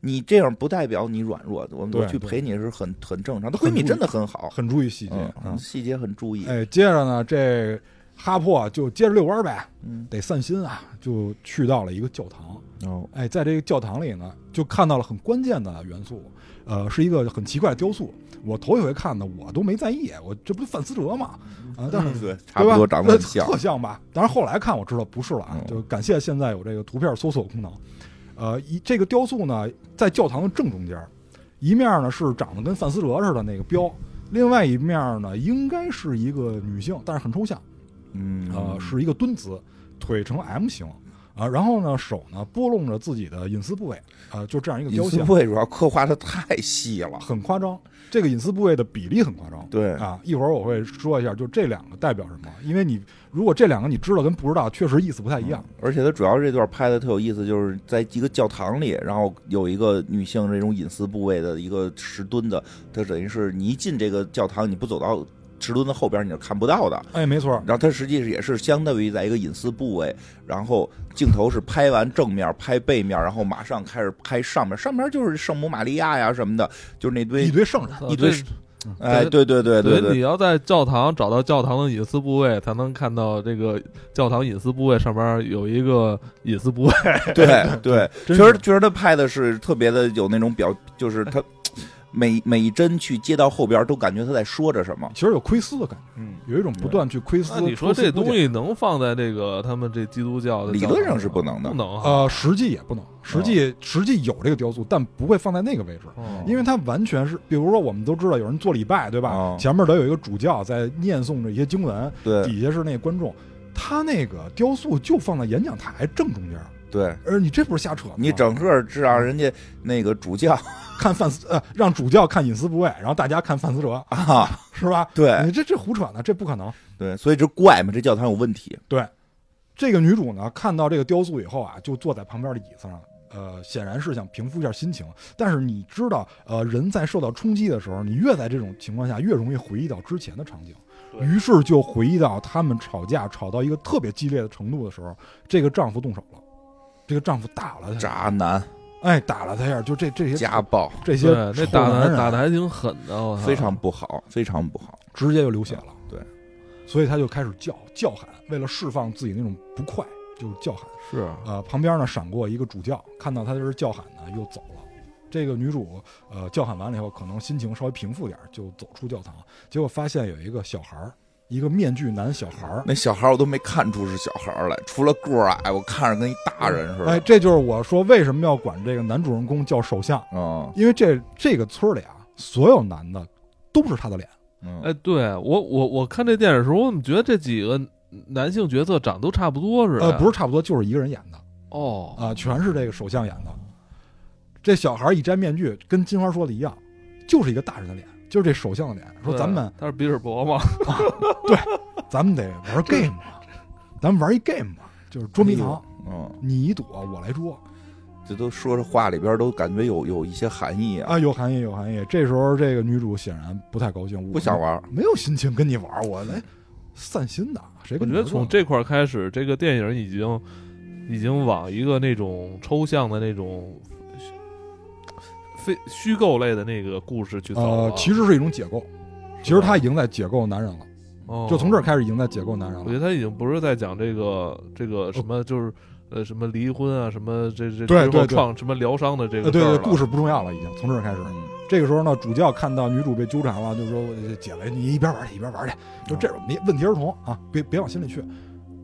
你这样不代表你软弱，我
对
我去
对
陪你是很很正常。她
很
闺蜜
注意
真的很好，
很注意细节
嗯
啊、，
细节很注意。
哎，接着呢，这哈珀就接着遛弯儿呗，
嗯，
得散心啊，就去到了一个教堂。
哦，
哎，在这个教堂里呢，就看到了很关键的元素，呃，是一个很奇怪的雕塑。我头一回看呢，我都没在意，我这不是范思哲嘛？啊，但是、
嗯
对，差
对吧？
不多长得很
呃
像
特。像吧？当然后来看我知道不是了啊，
嗯
就感谢现在有这个图片搜索功能。呃，一这个雕塑呢，在教堂的正中间儿，一面呢是长得跟范思哲似的那个标，另外一面呢应该是一个女性，但是很抽象。
嗯
呃，是一个蹲姿，腿呈 M 型啊，然后呢手呢拨弄着自己的隐私部位啊，就这样一个
隐
雕
私
像
部，位主要刻画的太细 了。
很夸张。这个隐私部位的比例很夸张。
对
啊，一会儿我会说一下，就这两个代表什么，因为你如果这两个你知道跟不知道，确实意思不太一样。
而且他主要这段拍的特有意思，就是在一个教堂里，然后有一个女性这种隐私部位的一个石墩子，它等于是你一进这个教堂，你不走到石墩子后边，你是看不到的。
哎，没错，
然后它实际是也是相当于在一个隐私部位，然后镜头是拍完正面，拍背面，然后马上开始拍上面，上面就是圣母玛利亚呀什么的，就是那堆
一，堆圣人。
操
一堆
这
哎，对对对对
所呃以你
对，
要在教堂找到教堂的隐私部位，才能看到这个教堂隐私部位上边有一个隐私部位。
对对，
真
确
是
实确实他拍的是特别的有那种表，就是他每每一帧去接到后边，都感觉他在说着什么。
其实有窥私的感觉，
嗯，
有一种不断去窥私。
那你说
抽丝
这
剥茧
东西能放在这个他们这基督教的
理
教堂
论上是不能的
不能啊。
呃，实际也不能，实际、
啊
实际有这个雕塑，但不会放在那个位置。
哦
因为它完全是，比如说我们都知道有人做礼拜，对吧？
哦
前面得有一个主教在念诵着一些经文，
对
底下是那观众，他那个雕塑就放在演讲台正中间儿，
对，
而你这不是瞎扯吗？
你整个是让人家那个主教
看范思呃，让主教看隐私部位，然后大家看范思哲，
啊，
是吧？
对
你这这胡扯呢，这不可能。
对，所以这怪嘛，这教堂有问题。
这个女主呢，看到这个雕塑以后啊，就坐在旁边的椅子上，呃，显然是想平复一下心情。但是你知道，呃，人在受到冲击的时候，你越在这种情况下，越容易回忆到之前的场景。
对
于是就回忆到他们吵架吵到一个特别激烈的程度的时候，这个丈夫动手了，这个丈夫打了她，
渣男、
哎，打了她一下，就这这些
家暴
这些
对，那打
男
的
人啊
打的还挺狠的，我操
啊非常不好，非常不好。
直接就流血了。
对，
所以她就开始叫叫喊，为了释放自己那种不快，就是叫喊。
是啊
呃，旁边呢闪过一个主教，看到他在这儿叫喊呢，又走了。这个女主呃叫喊完了以后，可能心情稍微平复点儿，就走出教堂，结果发现有一个小孩儿，一个面具男小孩儿。
那小孩我都没看出是小孩来，除了个儿矮，我看着跟一大人似
哎，
的。
这就是我说为什么要管这个男主人公叫首相，
嗯
因为这这个村儿里啊，所有男的都是他的脸。
嗯，
哎，对我我我看这电影的时候，我怎么觉得这几个男性角色长得都差不多似的？
呃，不是差不多，就是一个人演的
哦，
啊、全是这个首相演的。这小孩儿一摘面具，跟金花说的一样，就是一个大人的脸，就是这首相的脸。说
对
咱们
他是比尔博嘛，
咱们得玩 game 嘛，咱们玩一 game 嘛，就是捉迷藏，
嗯，
你一躲我来捉
这都说这话里边都感觉有有一些含义啊，
啊，有含义有含义。这时候这个女主显然不太高兴，我
不想，玩。
没有心情跟你玩，我来散心的。谁
我
跟
觉
你
得
玩
从这块儿开始，这个电影已经已经往一个那种抽象的那种非虚构类的那个故事去走了。啊
呃呃，其实是一种解构，其实她已经在解构男人了。
哦
就从这儿开始已经在解构男人
我觉
了。
得他已经不是在讲这个这个什么，就是呃什么离婚啊，什么这这
对
之后
对对
创什么疗伤的这
呃，
个
对
事儿
对，
了
故事不重要了，已经从这儿开始。
嗯
这个时候呢，主教看到女主被纠缠了，就说：“姐来，你一边玩去一边玩去，就这种你问题儿童啊，别别往心里去。”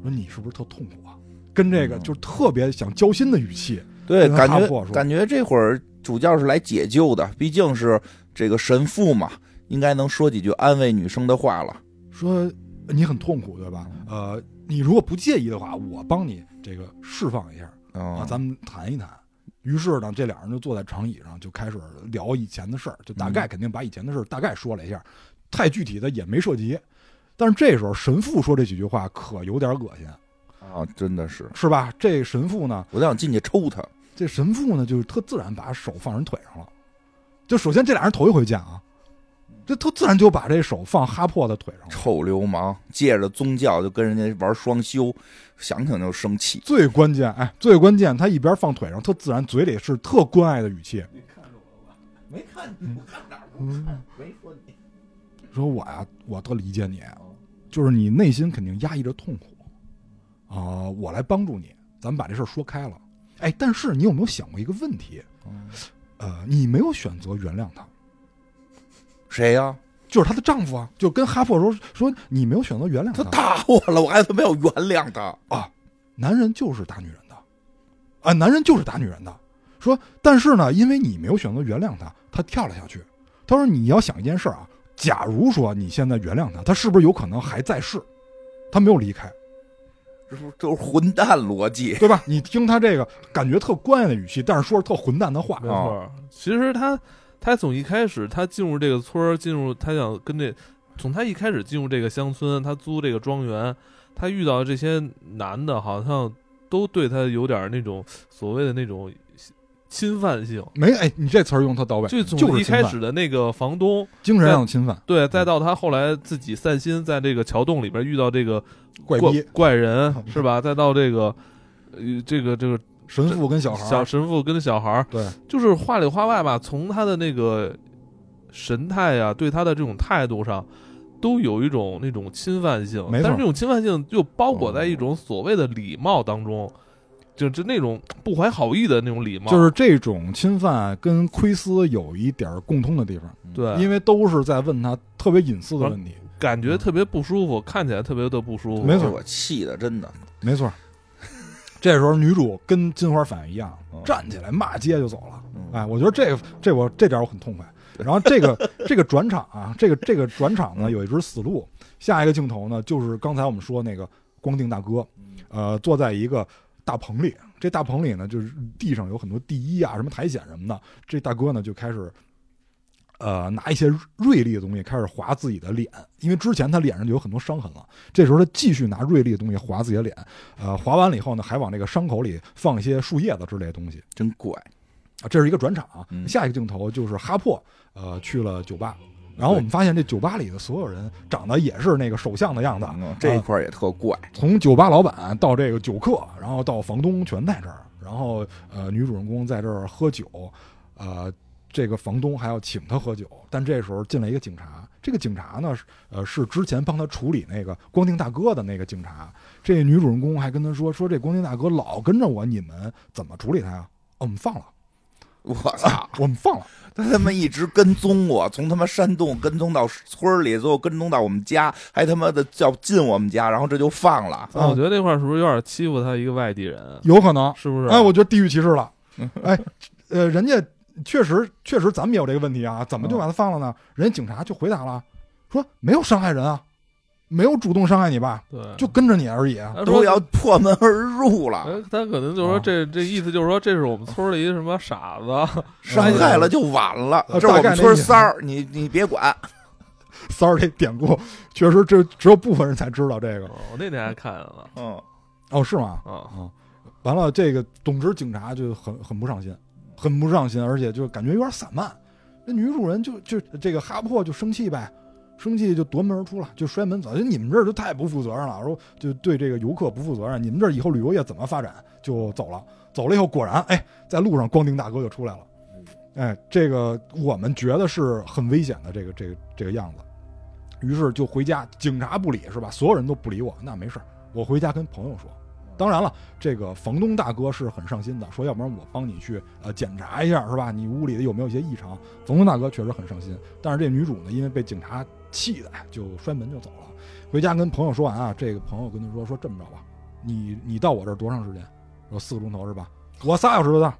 说你是不是特痛苦啊？跟这个
嗯
就是特别想交心的语气，
对，
跟他
感
哈佛
觉
说
感觉这会儿主教是来解救的，毕竟是这个神父嘛，应该能说几句安慰女生的话了。
说你很痛苦，对吧？呃，你如果不介意的话，我帮你这个释放一下啊，
啊
咱们谈一谈。于是呢，这俩人就坐在长椅上，就开始聊以前的事儿，就大概肯定把以前的事儿大概说了一下，太具体的也没涉及。但是这时候神父说这几句话可有点恶心，
啊，真的是，
是吧？这神父呢，
我都想进去抽他。
这神父呢，就是特自然把手放人腿上了。就首先这俩人头一回见啊，这特自然就把这手放哈珀的腿上了。
臭流氓，借着宗教就跟人家玩双修，想想就生气。
最关键，哎，最关键，他一边放腿上，特自然，嘴里是特关爱的语气，嗯
没看你，我看哪儿不看，没说你。
说我呀，我特理解你，就是你内心肯定压抑着痛苦，啊、我来帮助你，咱们把这事儿说开了。哎，但是你有没有想过一个问题？呃，你没有选择原谅他，
谁呀、
就是她的丈夫啊，就跟哈珀说说你没有选择原谅
他
他，
打我了，我还他妈要原谅他。
男人就是打女人的，啊，男人就是打女人的。说，但是呢，因为你没有选择原谅他，他跳了下去。他说你要想一件事儿啊，假如说你现在原谅他，他是不是有可能还在世？他没有离开，
这不都是混蛋逻辑？
对吧？你听他这个感觉特关爱的语气，但是说着特混蛋的话
没，错儿。其实他他从一开始他进入这个村儿，进入他想跟这从他一开始进入这个乡村，他租这个庄园，他遇到这些男的，好像都对他有点儿那种所谓的那种侵犯性。
没哎，你这词儿用特到位，
就
就
从
是
一
侵
开
犯，
始的那个房东，
精神上的侵犯，
对，再到他后来自己散心，在这个桥洞里边遇到这个
怪
怪
逼，
怪 人，是吧？再到这个，呃，这个这个
神父跟小孩儿，
小神父跟小孩儿，
对，
就是话里话外吧，从他的那个神态呀、对他的这种态度上，都有一种那种侵犯性。
没错哦
但是这种侵犯性又包裹在一种所谓的礼貌当中，就就那种不怀好意的那种礼貌，
就是这种侵犯跟窥私有一点儿共通的地方，
对，嗯
因为都是在问他特别隐私的问题。
感觉特别不舒服，看起来特别的不舒服。
没错
给哎我气的，真的。
没错，这时候女主跟金花反应一样
嗯，
站起来骂街就走了。
嗯
哎，我觉得这个这我这点我很痛快。然后这个这个转场啊，这个这个转场呢有一只死路。下一个镜头呢就是刚才我们说那个光腚大哥，呃，坐在一个大棚里。这大棚里呢，就是地上有很多地衣啊，什么苔藓什么的。这大哥呢就开始，呃，拿一些锐利的东西开始划自己的脸，因为之前他脸上就有很多伤痕了。这时候他继续拿锐利的东西划自己的脸，呃，划完了以后呢，还往这个伤口里放一些树叶子之类的东西。
真怪。
啊，这是一个转场、
嗯
下一个镜头就是哈珀，呃，去了酒吧，然后我们发现这酒吧里的所有人长得也是那个首相的样子，啊
嗯这一块儿也特怪。
从酒吧老板到这个酒客，然后到房东全在这儿，然后呃，女主人公在这儿喝酒，呃，这个房东还要请她喝酒，但这时候进来一个警察，这个警察呢，是呃，是之前帮他处理那个光腚大哥的那个警察，这女主人公还跟他说说这光腚大哥老跟着我，你们怎么处理他呀？哦我们放了，
我操！
我们放了。
他他妈一直跟踪我，从他妈山洞跟踪到村儿里，最后跟踪到我们家，还他妈的叫进我们家，然后这就放了。
啊
但我觉得这块儿是不是有点欺负他一个外地人？
有可能。
是不是？
啊
哎，我觉得地域歧视了。
嗯
哎，呃，人家确实确实咱们也有这个问题啊，怎么就把他放了呢？
嗯
人家警察就回答了，说没有伤害人啊，没有主动伤害你吧，
嗯
对，
就跟着你而已啊。
他
都
说
要破门而入
呃
了，
哎，他可能就是说
啊哦
这、这意思就是说这是我们村儿的一什么傻子，
伤害了就晚了。
哎呃
这是我
大概
们
那
村儿
意思
三儿，你你别管。
三儿这典故确实只只有部分人才知道这个。
我那天还看见了
嗯，
哦，是吗？
啊，
完了，这个总之警察就很很不上心，很不上心，而且就感觉有点散漫。那女主人就就这个哈珀就生气呗，生气就夺门而出了，就摔门走。就你们这儿就太不负责任了，说就对这个游客不负责任，你们这儿以后旅游业怎么发展？就走了，走了以后果然，哎，在路上光腚大哥就出来了，哎，这个我们觉得是很危险的这个这个这个样子。于是就回家，警察不理是吧？所有人都不理我，那没事儿，我回家跟朋友说。当然了，这个房东大哥是很上心的，说要不然我帮你去呃检查一下是吧？你屋里的有没有一些异常？房东大哥确实很上心，但是这女主呢，因为被警察气的就摔门就走了。回家跟朋友说完啊，这个朋友跟他说说这么着吧，你你到我这儿多长时间？我说四个钟头是吧？我仨小时就到。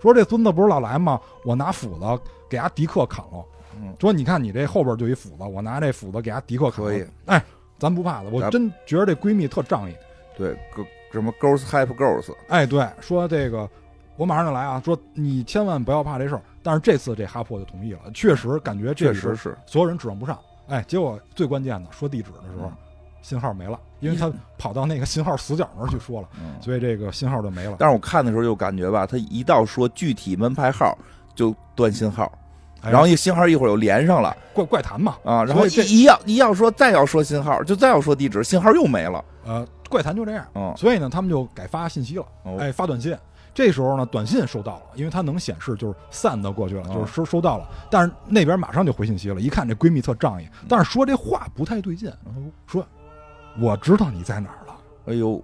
说这孙子不是老来吗？我拿斧子给他迪克砍了。
嗯，
说你看你这后边就一斧子，我拿这斧子给他迪克砍
可以
了。哎，咱不怕的，我
咱
真觉得这闺蜜特仗义。
对，个什么 girls help girls，
哎，对，说这个我马上就来啊，说你千万不要怕这事儿。但是这次这哈珀就同意了，确实感觉
确
这里边
实是
所有人指望不上。哎，结果最关键的说地址的时候
嗯，
信号没了，因为他跑到那个信号死角那儿去说了，
嗯。
所以这个信号就没了。
但是我看的时候就感觉吧，他一到说具体门牌号就断信号，
哎
然后一信号一会儿又连上了
怪怪谈嘛，
啊，然
所
后
以这
一一要一要说再要说信号，就再要说地址，信号又没了。
呃，怪谈就这样。
嗯，
所以呢，他们就改发信息了，
哦
哎，发短信。这时候呢，短信收到了，因为它能显示就是散的过去了，
哦
就是收收到了。但是那边马上就回信息了，一看这闺蜜特仗义，
嗯
但是说这话不太对劲，
哦
说我知道你在哪儿了，
哎呦，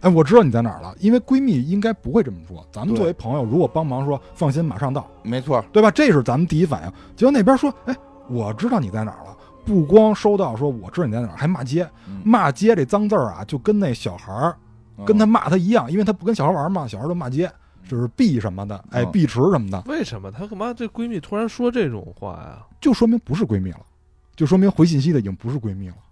哎，我知道你在哪儿了，因为闺蜜应该不会这么说。咱们
对
作为朋友，如果帮忙说放心，马上到，
没错，
对吧？这是咱们第一反应。结果那边说，哎，我知道你在哪儿了。不光收到说我知道你在哪儿，还骂街，
嗯
骂街这脏字儿啊，就跟那小孩儿
嗯
跟他骂他一样，因为他不跟小孩玩嘛，小孩都骂街，就是避什么的，哎，
嗯
避池什么的，
为什么她干嘛这闺蜜突然说这种话呀？
就说明不是闺蜜了，就说明回信息的已经不是闺蜜了。
嗯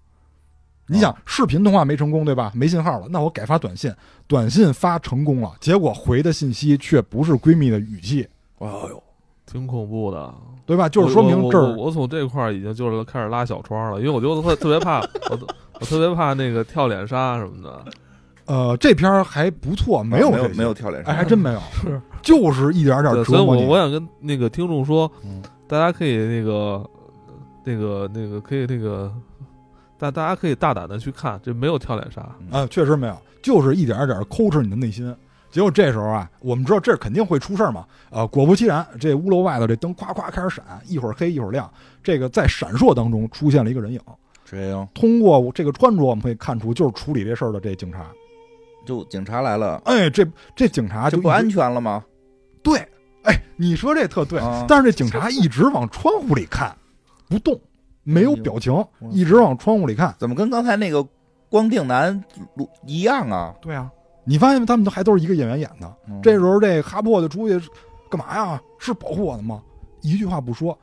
你想，视频通话没成功，对吧？没信号了，那我改发短信，短信发成功了，结果回的信息却不是闺蜜的语气，
哎呦，
挺恐怖的，
对吧？就是说明
我
这
我我
儿
我从这块儿已经就是开始拉小窗了，因为我就特特别 怕，我特我特别怕那个跳脸杀什么的。
呃这篇儿还不错，没
有
有
没
这些
没有，跳脸
哎，
声，
还真没有，
是
就是一点点
对，
折
所以
磨
我
你
我想跟那个听众说，
嗯
大家可以那个那个那个可以那个，大大家可以大胆的去看，这没有跳脸杀。
啊，确实没有，就是一点儿一点儿抠哧你的内心。结果这时候啊，我们知道这肯定会出事儿嘛。呃，果不其然，这屋楼外头这灯夸夸开始闪，一会儿黑一会儿亮。这个在闪烁当中出现了一个人影。
谁呀？
通过这个穿着，我们可以看出，就是处理这事儿的这警察。
就警察来了，
哎，这这警察就
这
一直
不安全了吗？
对，哎，你说这特对。
啊
但是这警察一直往窗户里看，不动，没有表情，
哎呦
一直往窗户里看。
怎么跟刚才那个光腚男一样啊？
对啊，你发现他们都还都是一个演员演的。
嗯
这时候这哈珀就出去干嘛呀？是保护我的吗？一句话不说，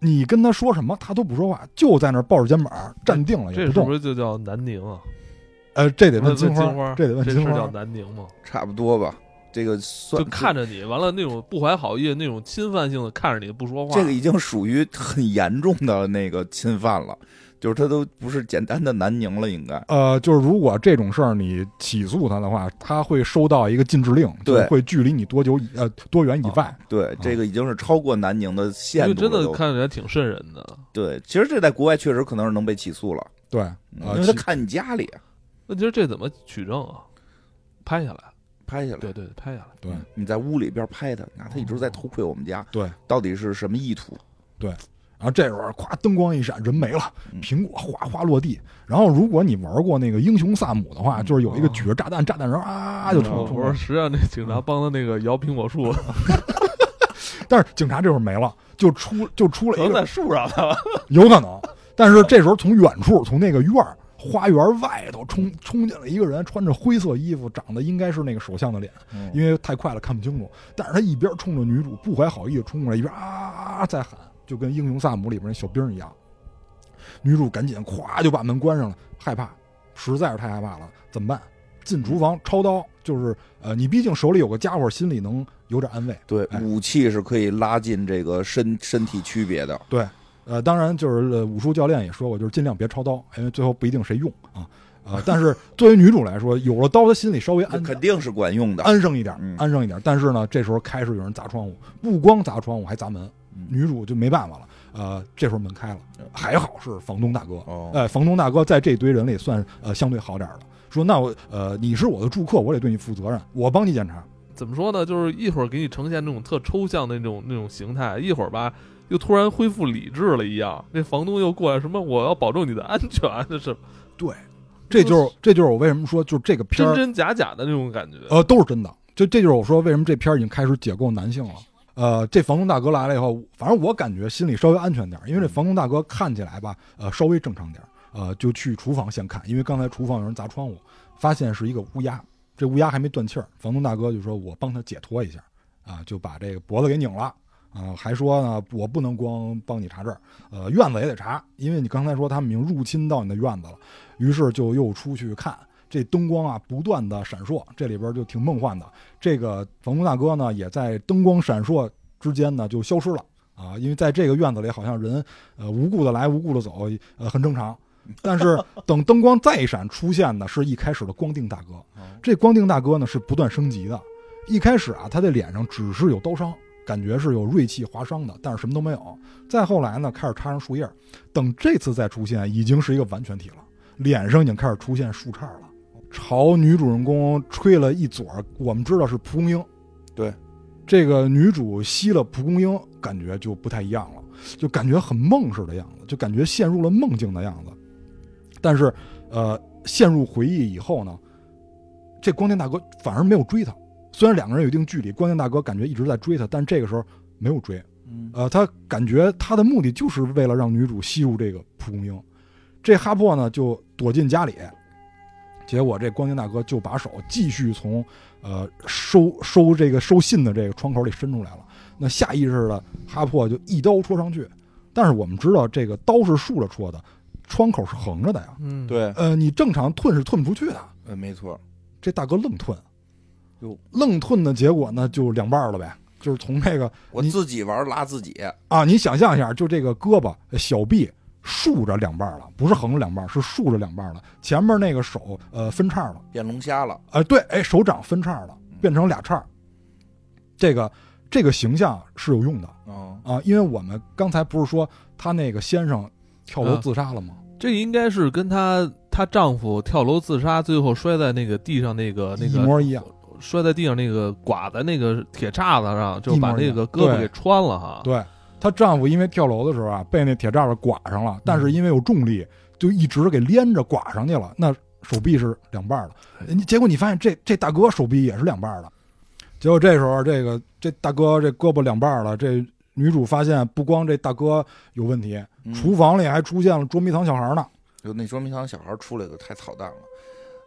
你跟他说什么，他都不说话，就在那儿抱着肩膀站定了
哎
也
这
哎不
是
动
不。是就叫南宁啊？
呃，这得问
金
金花，这得问
这事
金
儿叫
花。
南宁吗？
差不多吧，这个算
就看着你，完了那种不怀好意、那种侵犯性的看着你不说话，
这个已经属于很严重的那个侵犯了，就是他都不是简单的南宁了，应该
呃，就是如果这种事儿你起诉他的话，他会收到一个禁制令，
对
就会距离你多久以呃多远以
啊
外。
对，这个已经是超过南宁的
因
限
为
度
真
了
的
都。
看起来挺瘆人的。
对，其实这在国外确实可能是能被起诉了，
对，
嗯
呃
因为他
起
看你家里啊
问题是这怎么取证啊？拍下来，
拍下来，
对对，对拍下来。
对哦
你在屋里边拍他，那他一直在偷窥我们家，
对。
到底是什么意图？
然后这时候咵灯光一闪，人没了
嗯，
苹果哗哗落地。然后如果你玩过那个英雄萨姆的话，
嗯
就是有一个举着炸弹，炸弹人啊就冲
嗯我
冲嗯
说，实际上那警察帮他那个摇苹果 树，
但是警察这会儿没了，就出就出了
可
一
能在
个，
树上 了。
有可能。但是这时候从远处，从那个院儿花园外头冲冲进来一个人，穿着灰色衣服，长得应该是那个首相的脸，因为太快了看不清楚。但是他一边冲着女主不怀好意的冲过来，一边啊在喊，就跟《英雄萨姆》里边那小兵一样。女主赶紧咵就把门关上了，害怕，实在是太害怕了，怎么办？进厨房抄刀，就是呃，你毕竟手里有个家伙，心里能有点安慰。
对，
哎
武器是可以拉近这个身身体区别的。
对，呃，当然就是呃武术教练也说过，就是尽量别抄刀，因为最后不一定谁用啊。呃，但是作为女主来说，有了刀，她心里稍微安
肯定是管用的，
安生一点
嗯，
安生一点。但是呢，这时候开始有人砸窗户，不光砸窗户，还砸门，
嗯
女主就没办法了。呃，这时候门开了，还好是房东大哥。
哦，
哎，房东大哥在这堆人里算呃相对好点儿的，说那我呃你是我的住客，我得对你负责任，我帮你检查。
怎么说呢？就是一会儿给你呈现那种特抽象的那种那种形态，一会儿吧又突然恢复理智了一样。那房东又过来什么，我要保证你的安全，这是
对，这就是这就是我为什么说， 就是这个片
真
儿
真假假的那种感觉。
呃，都是真的。就这就是我说为什么这片儿已经开始解构男性了。呃，这房东大哥来了以后，反正我感觉心里稍微安全点儿，因为这房东大哥看起来吧，呃，稍微正常点儿。呃，就去厨房先看，因为刚才厨房有人砸窗户，发现是一个乌鸦，这乌鸦还没断气儿。房东大哥就说：“我帮他解脱一下。”啊，就把这个脖子给拧了。啊，还说呢，我不能光帮你查这儿，呃，院子也得查，因为你刚才说他们已经入侵到你的院子了。于是就又出去看，这灯光啊不断的闪烁，这里边就挺梦幻的。这个房东大哥呢，也在灯光闪烁之间呢就消失了啊，因为在这个院子里好像人呃无故的来无故的走，呃很正常。但是等灯光再一闪出现呢，是一开始的光腚大哥。这光腚大哥呢是不断升级的，一开始啊他的脸上只是有刀伤。感觉是有锐气划伤的，但是什么都没有。再后来呢，开始插上树叶儿，等这次再出现，已经是一个完全体了。脸上已经开始出现树杈了，朝女主人公吹了一嘴儿。我们知道是蒲公英，
对，
这个女主吸了蒲公英，感觉就不太一样了，就感觉很梦似的样子，就感觉陷入了梦境的样子。但是，呃，陷入回忆以后呢，这光电大哥反而没有追她。虽然两个人有一定距离，光电大哥感觉一直在追她，但这个时候没有追。
嗯
呃，他感觉他的目的就是为了让女主吸入这个蒲公英。这哈珀呢就躲进家里，结果这光腚大哥就把手继续从呃收收这个收信的这个窗口里伸出来了。那下意识的哈珀就一刀戳上去，但是我们知道这个刀是竖着戳的，窗口是横着的呀。
嗯，，
对，
呃，你正常吞是吞不出去的，
嗯，没错，
这大哥愣吞
哟，
愣吞的结果呢就两半儿了呗，就是从这个
我
你
自己玩儿拉自己，
啊，你想象一下，就这个胳膊呃小臂竖着两半儿了，不是横着两半儿，是竖着两半儿了。前面那个手呃分叉了，
变龙虾了，
呃对，哎手掌分叉了，变成俩叉儿。这个这个形象是有用的
嗯，
啊，因为我们刚才不是说他那个先生跳楼
嗯
自杀了吗？
这应该是跟她她丈夫跳楼自杀，最后摔在那个地上那个那
一
个
模一样，
摔在地上那个剐在那个铁叉子上，就
一模
把
一
那
样
个胳膊
对
给穿了哈。
对。她丈夫因为跳楼的时候啊，被那铁栅栏剐上了，但是因为有重力，就一直给连着剐上去了。那手臂是两半儿的，你结果你发现这这大哥手臂也是两半儿的，结果这时候这个这大哥这胳膊两半儿了，这女主发现不光这大哥有问题，
嗯
厨房里还出现了捉迷藏小孩儿呢，
就那捉迷藏小孩儿出来的太操蛋了，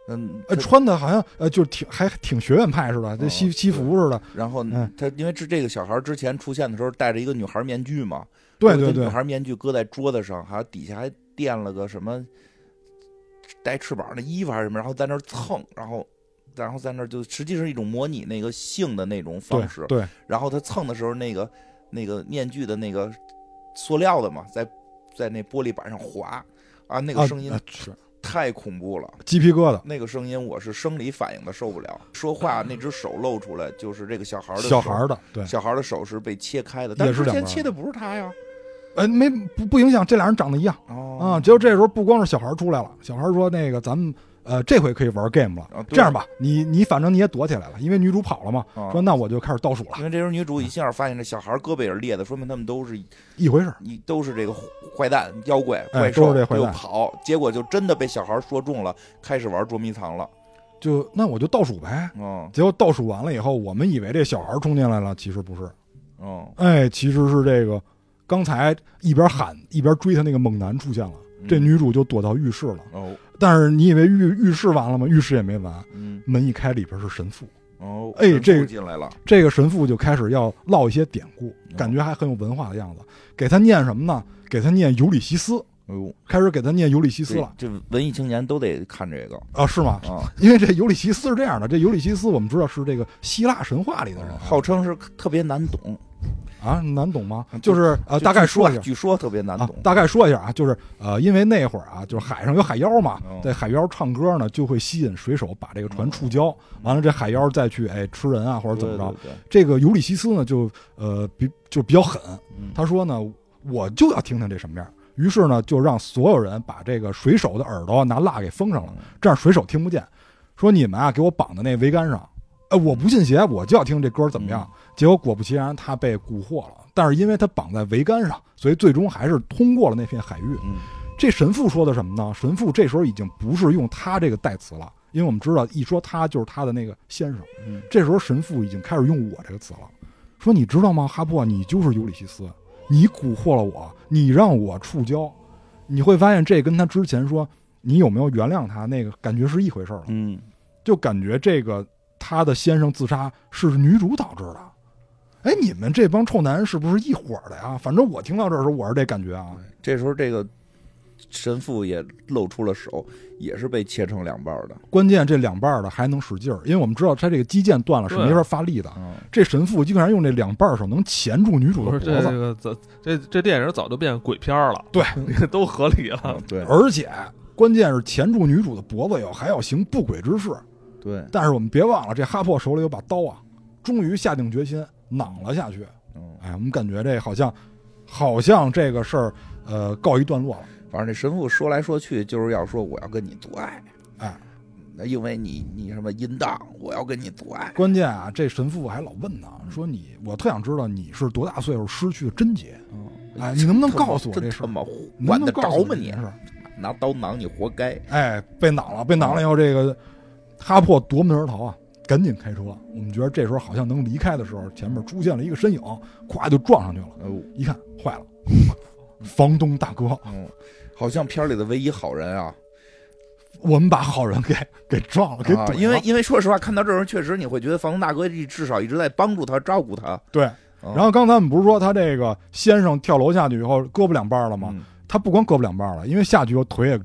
嗯，
呃，
这
穿的好像呃就挺还挺学院派似的，这
哦
西西服似的，
然后
嗯
他因为这这个小孩儿之前出现的时候戴着一个女孩儿面具嘛，
对
有
对
一个
对
女，孩面具搁在桌子上，还底下还垫了个什么带翅膀的衣服还是什么，然后在那儿蹭，然后然后在那儿就实际是一种模拟那个性的那种方式
对。对
然后他蹭的时候，那个那个面具的那个塑料的嘛，在在那玻璃板上滑啊，那个
啊
声音
啊是
太恐怖了。
鸡皮疙瘩，
那个声音我是生理反应的受不了，说话那只手露出来，就是这个小孩儿的
小
手
孩儿的对，
小孩儿的手是被切开的，但
也是
之
两
前
半儿
切的不是他呀。
呃没不不影响，这俩人长得一样。啊，
哦
结果这时候不光是小孩儿出来了，小孩儿说那个咱们呃这回可以玩 game 了，
啊对
这样吧，你你反正你也躲起来了，因为女主跑了嘛，
啊
说那我就开始倒数了，
因为这时候女主一下发现这小孩胳膊也是裂的，说明他们都是
一回事儿，
一都是这个坏蛋、妖怪、
哎
怪兽，
都是这坏
又
蛋
跑，结果就真的被小孩说中了，开始玩捉迷藏了。
就那我就倒数呗。
嗯
结果倒数完了以后，我们以为这小孩儿冲进来了，其实不是，
嗯，
哎，其实是这个刚才一边喊一边追他那个猛男出现了，这
嗯
女主就躲到浴室了。
哦
但是你以为浴浴室完了吗？浴室也没完，
嗯
门一开，里边是神父。
哦，
哎
神父
这个
进来了，
这个神父就开始要唠一些典故，
嗯
感觉还很有文化的样子。给他念什么呢？给他念《尤里西斯》，
哎呦，
开始给他念《尤里西斯》
对
了
这文艺青年都得看这个
啊？是吗？
啊，
因为这《尤里西斯》是这样的，这《尤里西斯》我们知道是这个希腊神话里的人
号称是特别难懂，
啊，难懂吗
啊？
就是
就
呃，大概
据说
说一下
据说特别难
啊
懂，，
大概说一下啊，就是呃，因为那会儿啊，就是海上有海妖嘛
嗯，
在海妖唱歌呢，就会吸引水手把这个船触
哦
礁，完了这海妖再去哎吃人啊或者怎么着
对。？对对
这个尤里西斯呢，就呃比就比较狠，
嗯
他说呢，我就要听听这什么样。于是呢，就让所有人把这个水手的耳朵拿蜡给封上了，这样水手听不见。说你们啊，给我绑在那呃桅杆上。哎，我不信邪，我就要听这歌怎么样。结果果不其然，他被蛊惑了，但是因为他绑在桅杆上，所以最终还是通过了那片海域。
嗯
这神父说的什么呢？神父这时候已经不是用他这个代词了，因为我们知道一说他就是他的那个先生。
嗯
这时候神父已经开始用我这个词了，说你知道吗，哈珀，你就是尤里西斯，你蛊惑了我，你让我触礁。你会发现这跟他之前说你有没有原谅他那个感觉是一回事儿了，
嗯，
就感觉这个他的先生自杀是女主导致的。哎，你们这帮臭男人是不是一伙儿的呀？反正我听到这儿的时候，我是这感觉啊。
这时候这个神父也露出了手，也是被切成两半儿的。
关键这两半儿的还能使劲儿，因为我们知道他这个肌腱断了是
对
没法发力的。
嗯，
这神父竟然用这两半儿手能钳住女主
不
的
是
脖
这
子，
个早这这电影早就变鬼片儿了，
对，
都合理了。
嗯对
而且关键是钳住女主的脖子以后还要行不轨之事。
对，
但是我们别忘了，这哈珀手里有把刀啊，终于下定决心攮了下去。
嗯，
哎，我们感觉这好像，好像这个事儿，呃，告一段落了。
反正这神父说来说去就是要说我要跟你做爱，
哎，
那因为你你什么淫荡，我要跟你做爱。
关键啊，这神父还老问呢，说你，我特想知道你是多大岁数失去的贞洁？哎，你能不能告诉我这
真
事
他
儿？
妈
能
嗯管
不
得
能告诉
着
我
吗
这
你啊
件？事儿？
拿刀囊你活该。
哎，被攮了，被攮了以后，这个哈珀夺门而逃啊，赶紧开车。我们觉得这时候好像能离开的时候，前面出现了一个身影，咵就撞上去了。
哦，
一看，坏了，房东大哥，
嗯，好像片儿里的唯一好人啊，
我们把好人给 给撞了，给
啊
怼了。
因为因为说实话，看到这人确实你会觉得房东大哥一至少一直在帮助他、照顾他。
对，
然
然后刚才我们不是说他这个先生跳楼下去以后胳膊两半了吗？
嗯
他不光胳膊两半了，因为下去以后腿也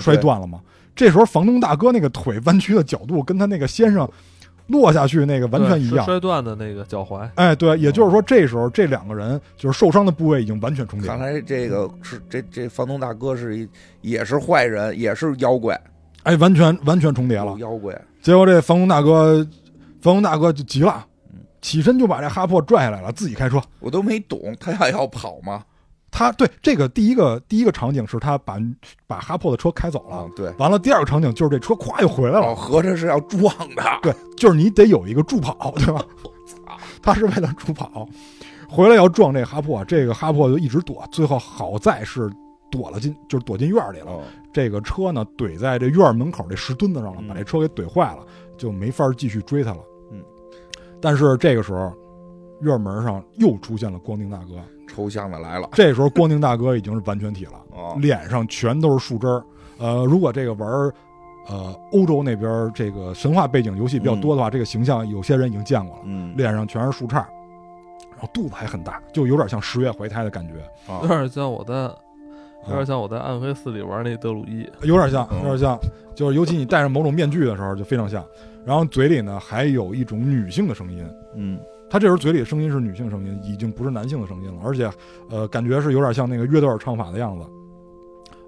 摔断了嘛。
嗯
这时候房东大哥那个腿弯曲的角度跟他那个先生落下去那个完全
对
一
摔
样。
摔断的那个脚踝，
哎，对，也就是说，这时候这两个人就是受伤的部位已经完全重叠
看
了，
来这个是这这房东大哥是一也是坏人，也是妖怪，
哎，完全完全重叠了
有。妖怪。
结果这房东大哥，房东大哥就急了，起身就把这哈珀拽下来了，自己开车。
我都没懂，他要要跑吗？
他对这个第一个第一个场景是他把把哈珀的车开走了
啊，，对，
完了第二个场景就是这车咵又回来了
哦，，合着是要撞他。
对，就是你得有一个助跑，对吧？ 他是为了助跑，回来要撞这哈珀，这个哈珀就一直躲，最后好在是躲了进，就是躲进院里了。
哦，
这个车呢怼在这院门口这石墩子上了，
嗯
把这车给怼坏了，就没法继续追他了。
嗯，
但是这个时候，院门上又出现了光腚大 哥。
抽象的来了。
这时候光腚大哥已经是完全体了，
哦，
脸上全都是树枝儿。呃，如果这个玩儿，呃，欧洲那边儿这个神话背景游戏比较多的话，这个形象有些人已经见过了，
嗯，
脸上全是树杈儿，然后肚子还很大，就有点像十月怀胎的感觉，
啊
有点像我在，有
啊
点像我在《暗黑四》里玩那德鲁伊，
有点像，
嗯
有点像，就是尤其你戴上某种面具的时候，就非常像。然后嘴里呢还有一种女性的声音，
嗯，
他这时候嘴里的声音是女性声音，已经不是男性的声音了，而且，呃，感觉是有点像那个约德尔唱法的样子。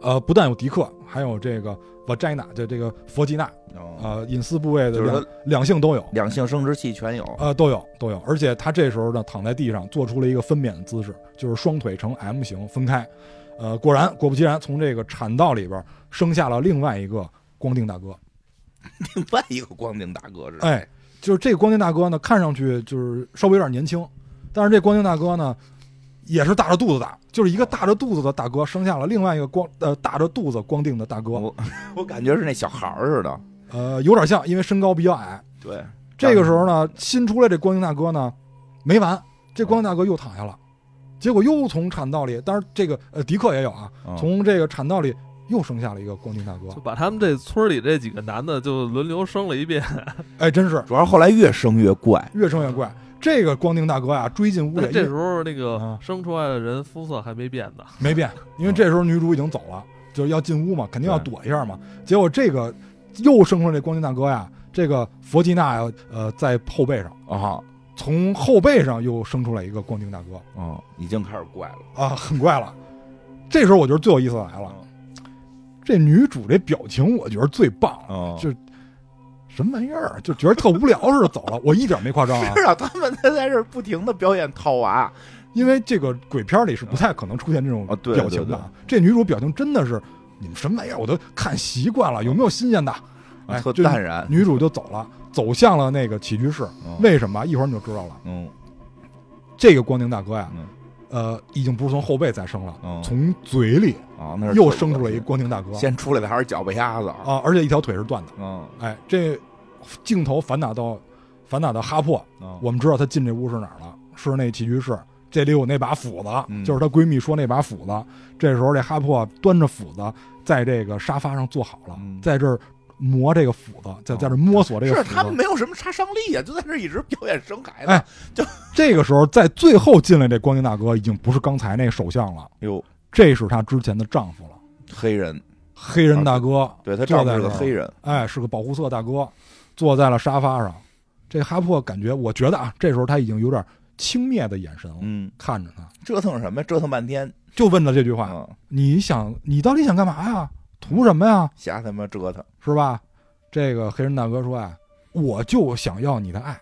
呃，不但有迪克，还有这个 vagina，就这个佛吉娜，
哦，
呃，隐私部位的
就是
两
他
两性都有，
两性生殖器全有。
呃，都有都有。而且他这时候呢，躺在地上做出了一个分娩的姿势，就是双腿呈 M 型分开。呃，果然，果不其然，从这个产道里边生下了另外一个光腚大哥。
另外一个光腚大哥是，
哎，就是这个光腚大哥呢，看上去就是稍微有点年轻，但是这光腚大哥呢，也是大着肚子打，就是一个大着肚子的大哥生下了另外一个光呃大着肚子光腚的大哥，
我我感觉是那小孩儿似的。
呃，有点像，因为身高比较矮。
对，
这个时候呢，新出来这光腚大哥呢，没完，这光腚大哥又躺下了，结果又从产道里，当然这个呃迪克也有啊，
嗯
从这个产道里又生下了一个光腚大哥
就，把他们这村里这几个男的就轮流生了一遍，
哎，真是
主要是后来越生越怪。
越生越怪。这个光腚大哥呀，追进屋里，
但这时候那个
啊
生出来的人肤色还没变呢，
没变，因为这时候女主已经走了，就是要进屋嘛，肯定要躲一下嘛。结果这个又生出来这光腚大哥呀，这个佛吉纳呀，呃，在后背上，
啊，
从后背上又生出来一个光腚大哥
嗯，已经开始怪了。
啊，很怪了。这时候我觉得最有意思的来了，
嗯
这女主这表情我觉得最棒了，
嗯
就什么玩意儿，啊就觉得特无聊似的走了，我一点没夸张 啊，
是啊，他们在在这儿不停的表演套娃，
因为这个鬼片里是不太可能出现这种
啊对
表情的。啊。这女主表情真的是，你们什么玩意儿，我都看习惯了，有没有新鲜的？哎，
啊特
就
淡然。
女主就走了，走向了那个起居室。
嗯
为什么？一会儿你就知道了。
嗯，
这个光宁大哥呀，
嗯
呃，已经不是从后背再生了，
嗯
从嘴里
啊，那是
又生出来一光宁大哥
先出来的还是脚背鸭子啊？
啊，而且一条腿是断的。
嗯
哎，这镜头反打到反打到哈珀，
嗯，
我们知道他进这屋是哪儿了，是那起居室。这里有那把斧子，
嗯
就是她闺蜜说那把斧子。这时候，这哈珀端着斧子在这个沙发上坐好了，
嗯
在这儿磨这个斧子，在
哦
在这儿摸索这个
是
斧
他们
子。
没有什么杀伤力啊，就在这儿一直表演生孩子。
哎这个时候，在最后进来这光宁大哥已经不是刚才那个首相了，
哟，
这是她之前的丈夫了，
黑人，
黑人大哥。
对他丈夫是个
坐在这儿
黑人，
哎，是个保护色大哥，坐在了沙发上。这哈珀感觉，我觉得啊，这时候他已经有点轻蔑的眼神了，
嗯，
看着他，
折腾什么呀？折腾半天
就问了这句话：“
啊，
你想，你到底想干嘛呀？图什么呀？
瞎他妈折腾，
是吧？”这个黑人大哥说：“啊，我就想要你的爱。”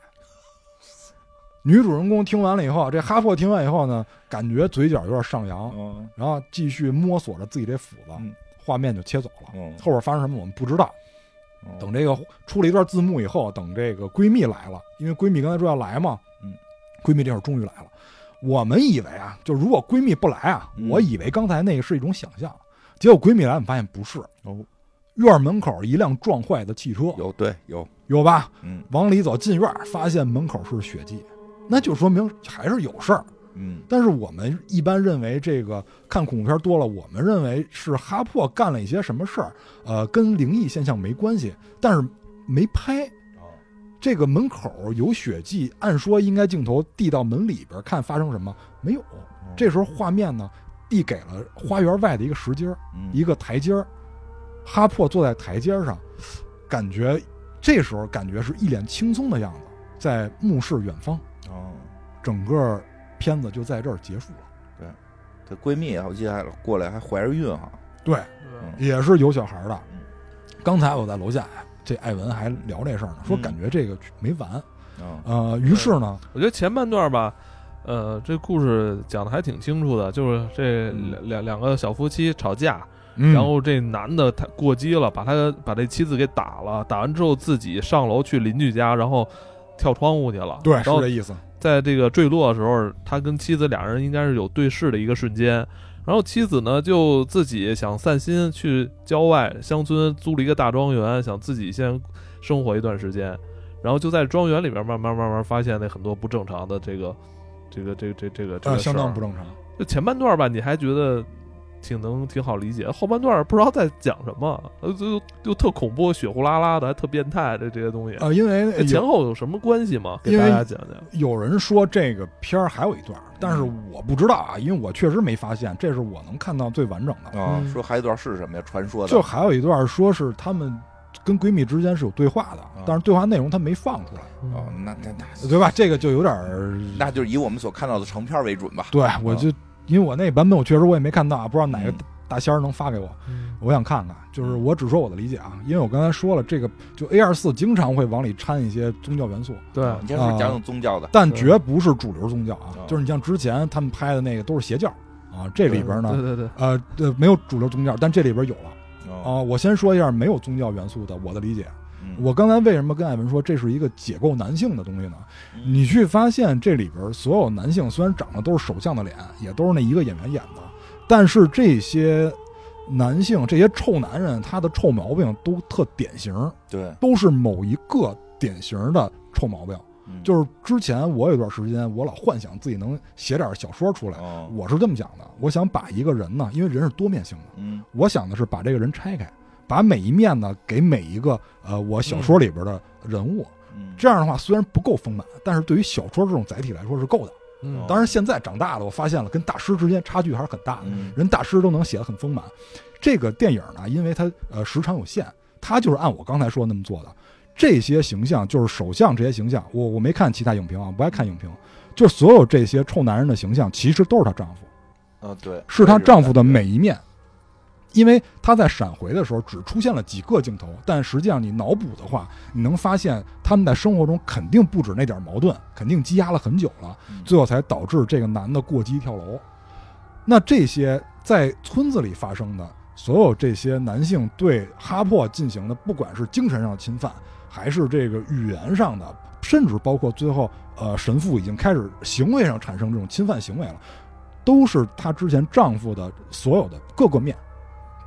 女主人公听完了以后，这哈珀听完以后呢，感觉嘴角有点上扬，
嗯
然后继续摸索着自己这斧子
嗯，
画面就切走了。
嗯，
后边发生什么我们不知道，
嗯
等这个出了一段字幕以后，等这个闺蜜来了，因为闺蜜刚才说要来嘛，
嗯，
闺蜜这会儿终于来了。我们以为啊，就如果闺蜜不来啊，
嗯
我以为刚才那个是一种想象，结果闺蜜来，我们发现不是。
哦
院门口一辆撞坏的汽车，
有对有，
有吧？
嗯
往里走，进院儿发现门口是血迹，那就说明还是有事儿。
嗯
但是我们一般认为这个看恐怖片多了，我们认为是哈珀干了一些什么事儿，呃，跟灵异现象没关系，但是没拍。这个门口有血迹，按说应该镜头递到门里边看发生什么，没有。
嗯
这时候画面呢递给了花园外的一个石阶儿，
嗯
一个台阶儿。哈珀坐在台阶上，感觉这时候感觉是一脸轻松的样子，在目视远方。
哦，
整个片子就在这儿结束了。
她闺蜜啊我记得还过来还怀着孕哈，
对，
嗯
也是有小孩儿的
嗯。
刚才我在楼下呀，这艾文还聊这事儿呢，说
嗯
感觉这个没完。
嗯
呃，于是呢，
我觉得前半段吧，呃，这故事讲的还挺清楚的，就是这
嗯
两两两个小夫妻吵架，
然
然后这男的他过激了，把他把这妻子给打了，打完之后自己上楼去邻居家，然后跳窗户去了。
对
然
是
后
这意思，
在这个坠落的时候，他跟妻子俩人应该是有对视的一个瞬间。然后妻子呢，就自己想散心，去郊外乡村租了一个大庄园，想自己先生活一段时间。然后就在庄园里边慢慢慢慢发现那很多不正常的这个这个这个这个这个这
呃，
个
相当不
正。
正常。
就前半段吧，你还觉得挺能挺好理解，后半段不知道在讲什么，呃，就就特恐怖，血呼啦啦的，还特变态的这些东西。
呃，因为
这前
有
后有什么关系吗？给
因
大
为
家讲讲。
有人说这个片儿还有一段儿，但是我不知道啊，因为我确实没发现，这是我能看到最完整的。
啊，
嗯
说还有一段是什么呀？传说的，
哦就还有一段儿说是他们跟闺蜜之间是有对话的，但是对话内容他没放出来，
嗯
哦，那那那
对吧？这个就有点儿
那就是以我们所看到的成片为准吧。
对，我就因为我那版本我确实我也没看到啊，不知道哪个
嗯
大仙儿能发给我，
嗯
我想看看。就是我只说我的理解啊，因为我刚才说了，这个就 A 二四经常会往里掺一些宗教元素，
对，
你先说
啊
讲讲宗教的，
但
对
绝不是主流宗教啊
哦
啊。
就是你像之前他们拍的那个都是邪教啊，这里
对
边呢，
对对，
呃呃没有主流宗教，但这里边有了
哦，
啊。我先说一下没有宗教元素的我的理解。
嗯
我刚才为什么跟艾文说这是一个解构男性的东西呢？
嗯
你去发现这里边所有男性虽然长得都是首相的脸，也都是那一个演员演的，但是这些男性这些臭男人，他的臭毛病都特典型，
对，
都是某一个典型的臭毛病。
嗯
就是之前我有段时间，我老幻想自己能写点小说出来，
哦，
我是这么想的，我想把一个人呢，因为人是多面性的，
嗯
我想的是把这个人拆开，把每一面呢给每一个呃我小说里边的人物。
嗯，
这样的话虽然不够丰满，但是对于小说这种载体来说是够的。
嗯
当然，现在长大了，我发现了跟大师之间差距还是很大的，
嗯
人大师都能写得很丰满。这个电影呢，因为它呃时长有限，它就是按我刚才说的那么做的。这些形象就是首相这些形象，我我没看其他影评啊，我不爱看影评，就所有这些臭男人的形象，其实都是她丈夫，
啊对，
是她丈夫的
美。
每一面。因为她在闪回的时候只出现了几个镜头，但实际上你脑补的话，你能发现他们在生活中肯定不止那点矛盾，肯定积压了很久了，最后才导致这个男的过激跳楼。那这些在村子里发生的所有这些男性对哈珀进行的，不管是精神上的侵犯，还是这个语言上的，甚至包括最后呃神父已经开始行为上产生这种侵犯行为了，都是她之前丈夫的所有的各个面，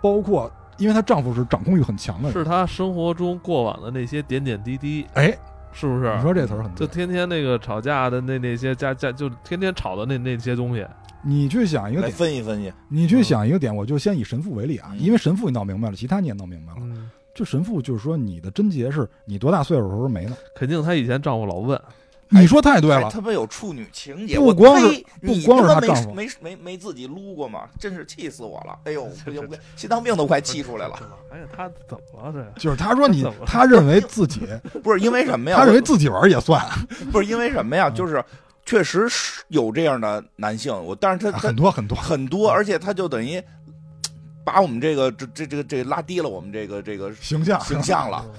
包括因为她丈夫是掌控欲很强的人，
是他生活中过往的那些点点滴滴，
哎，
是不是
你？说这词儿很
就
对，
天天那个吵架的那那些家家，就天天吵的那那些东西，
你去想一个
来
点，
分析分析，
你去想一个点，我就先以神父为例啊，
嗯
因为神父你闹明白了，其他你也闹明白了。
嗯，
就神父就是说，你的贞洁是你多大岁数的时候没的。
肯定她以前丈夫老问，
你说太对
还
了，
他妈有处女情节，
不
我
光是
呸你
不光是
他妈
她
没
丈夫
没没没自己撸过吗？真是气死我了！哎 呦，不行不行，心脏病都快气出来 了。
了。哎呀，她怎么了这？
就是他说你
怎么，了
他认为自己，
不是因为什么呀？
他认为自己玩儿也算，
不是因为什么呀？
嗯
就是确实是有这样的男性，我但是他他
啊很多很嗯多。
很多，而且他就等于把我们这个这这这个这个拉低了我们这个这个
形象
形象了。
嗯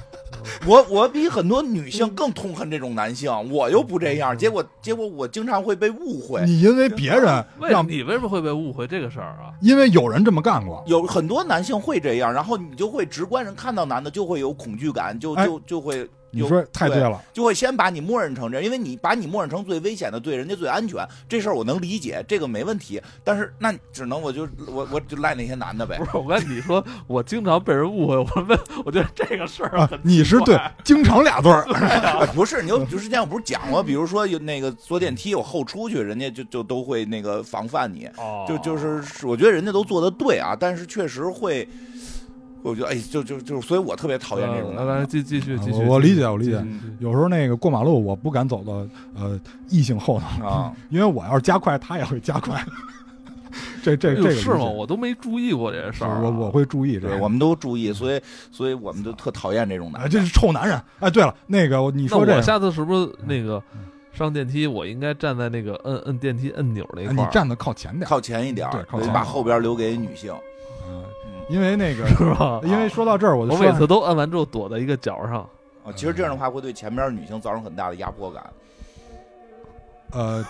我我比很多女性更痛恨这种男性，我又不这样，结果结果我经常会被误会。
嗯你因为别人
为
让，
你为什么会被误会这个事儿啊？
因为有人这么干过，
有很多男性会这样，然后你就会直观人看到男的就会有恐惧感，就
哎
就就会
你说太对
对
了，
就会先把你默认成这样，因为你把你默认成最危险的，对人家最安全，这事儿我能理解，这个没问题。但是那只能我就我我就赖那些男的 呗
不。是，我跟你说，我经常被人误会， 我问，我觉得这个事儿
啊
很，
你是
奇
对
怪，
经常俩字儿，
哎不是，你有之前我不是讲过，比如说有那个坐电梯有后出去，人家就就都会那个防范你，
哦
就就是是我觉得人家都做的对啊，但是确实会，我觉得哎，就就就，所以我特别讨厌这种
来
男
来，
的。
继继续
啊
继续，
我我理
继续
解我理解
继续
有时候那个过马路我不敢走到呃异性后头，
啊，
因为我要是加快，他也会加快。 这这
哎
这
呦
个
是
理
吗？
解
我都没注意过这个事儿啊。
我我会注意这嗯
对，
个。
我们都注意，所以所以我们就特讨厌这种男
啊，
的。
这是臭男人！哎，对了，那个我你
那
说这
我
个，
下次是不是那个
嗯
上电梯，我应该站在那个摁摁电梯按钮那
哎
块
你
儿，
站的靠前点儿，
靠前一点儿
对，靠前
把后边留给女性。
嗯，
嗯，
因 为那个，
是吧？
因为说到这儿，我就
我
说
每次都按完之后躲在一个角上，
嗯
啊，其实这样的话会对前边女性造成很大的压迫感。
呃，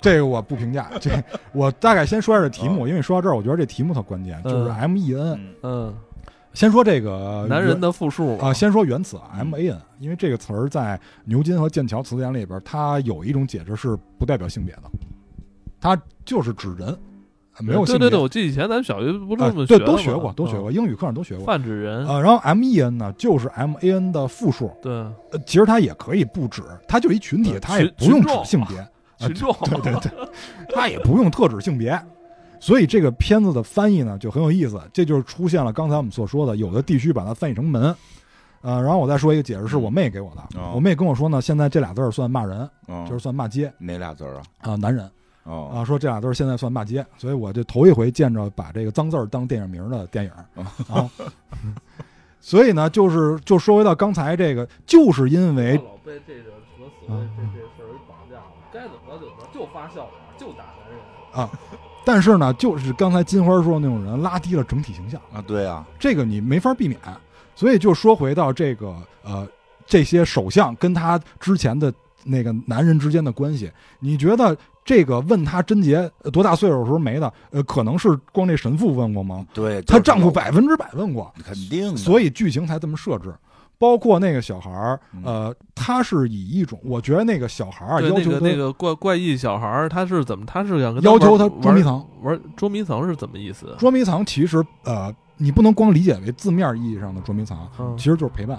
这个我不评价，这我大概先说一下这题目，因为说到这儿，我觉得这题目特关键，就是
哦嗯
M E N。
嗯，
嗯，
先说这个
男人
的
的复数
啊、
嘛
先说原词啊
嗯
M A N，因为这个词儿在牛津和剑桥词典里边，它有一种解释是不代表性别的，它就是指人，没有性
对
别。
对对，我记得以前咱们小学不这么
呃对，
的
都
嘛
学过，都学过，英语课上都学
嗯
过。
泛指人，
呃，然后 M E N 呢，就是 M A N 的复数，
对，
呃，其实它也可以不指，它就是一群体，
呃
它也
群
不
群
用指
众
性别，啊
群众，
对对对，它也不用特指性别。所以这个片子的翻译呢就很有意思，这就是出现了刚才我们所说的，有的地区把它翻译成门，呃，然后我再说一个解释，是
嗯
我妹给我的，
哦
我妹跟我说呢，现在这俩字儿算骂人，
哦
嗯
就是算骂街
哪俩字儿啊？
啊、男人啊、
哦，
说这俩字儿现在算骂街，所以我这头一回见着把这个脏字儿当电影名儿的电影儿啊。所以呢，就是就说回到刚才这个，就是因为
老被这种什么所
谓哎啊这
这事儿绑架了，该怎么着怎么着，就发笑话，就打男人。
啊但是呢，就是刚才金花说的那种人，拉低了整体形象，
啊，对啊，
这个你没法避免。所以就说回到这个呃，这些首相跟他之前的那个男人之间的关系，你觉得这个问他贞洁呃多大岁数的时候没的，呃，可能是光这神父问过吗？
对，
她丈夫百分之百问过，
肯定，
所
以
以剧情才这么设置。包括那个小孩儿，呃，他是以一种，我觉得那个小孩儿啊
对，
要
那
求
个
他
那个怪怪异小孩儿，他是怎么？他是想跟
要求他
玩
捉迷藏，
玩玩捉迷藏是怎么意思？
捉迷藏其实呃，你不能光理解为字面意义上的捉迷藏，
嗯
其实就是陪伴。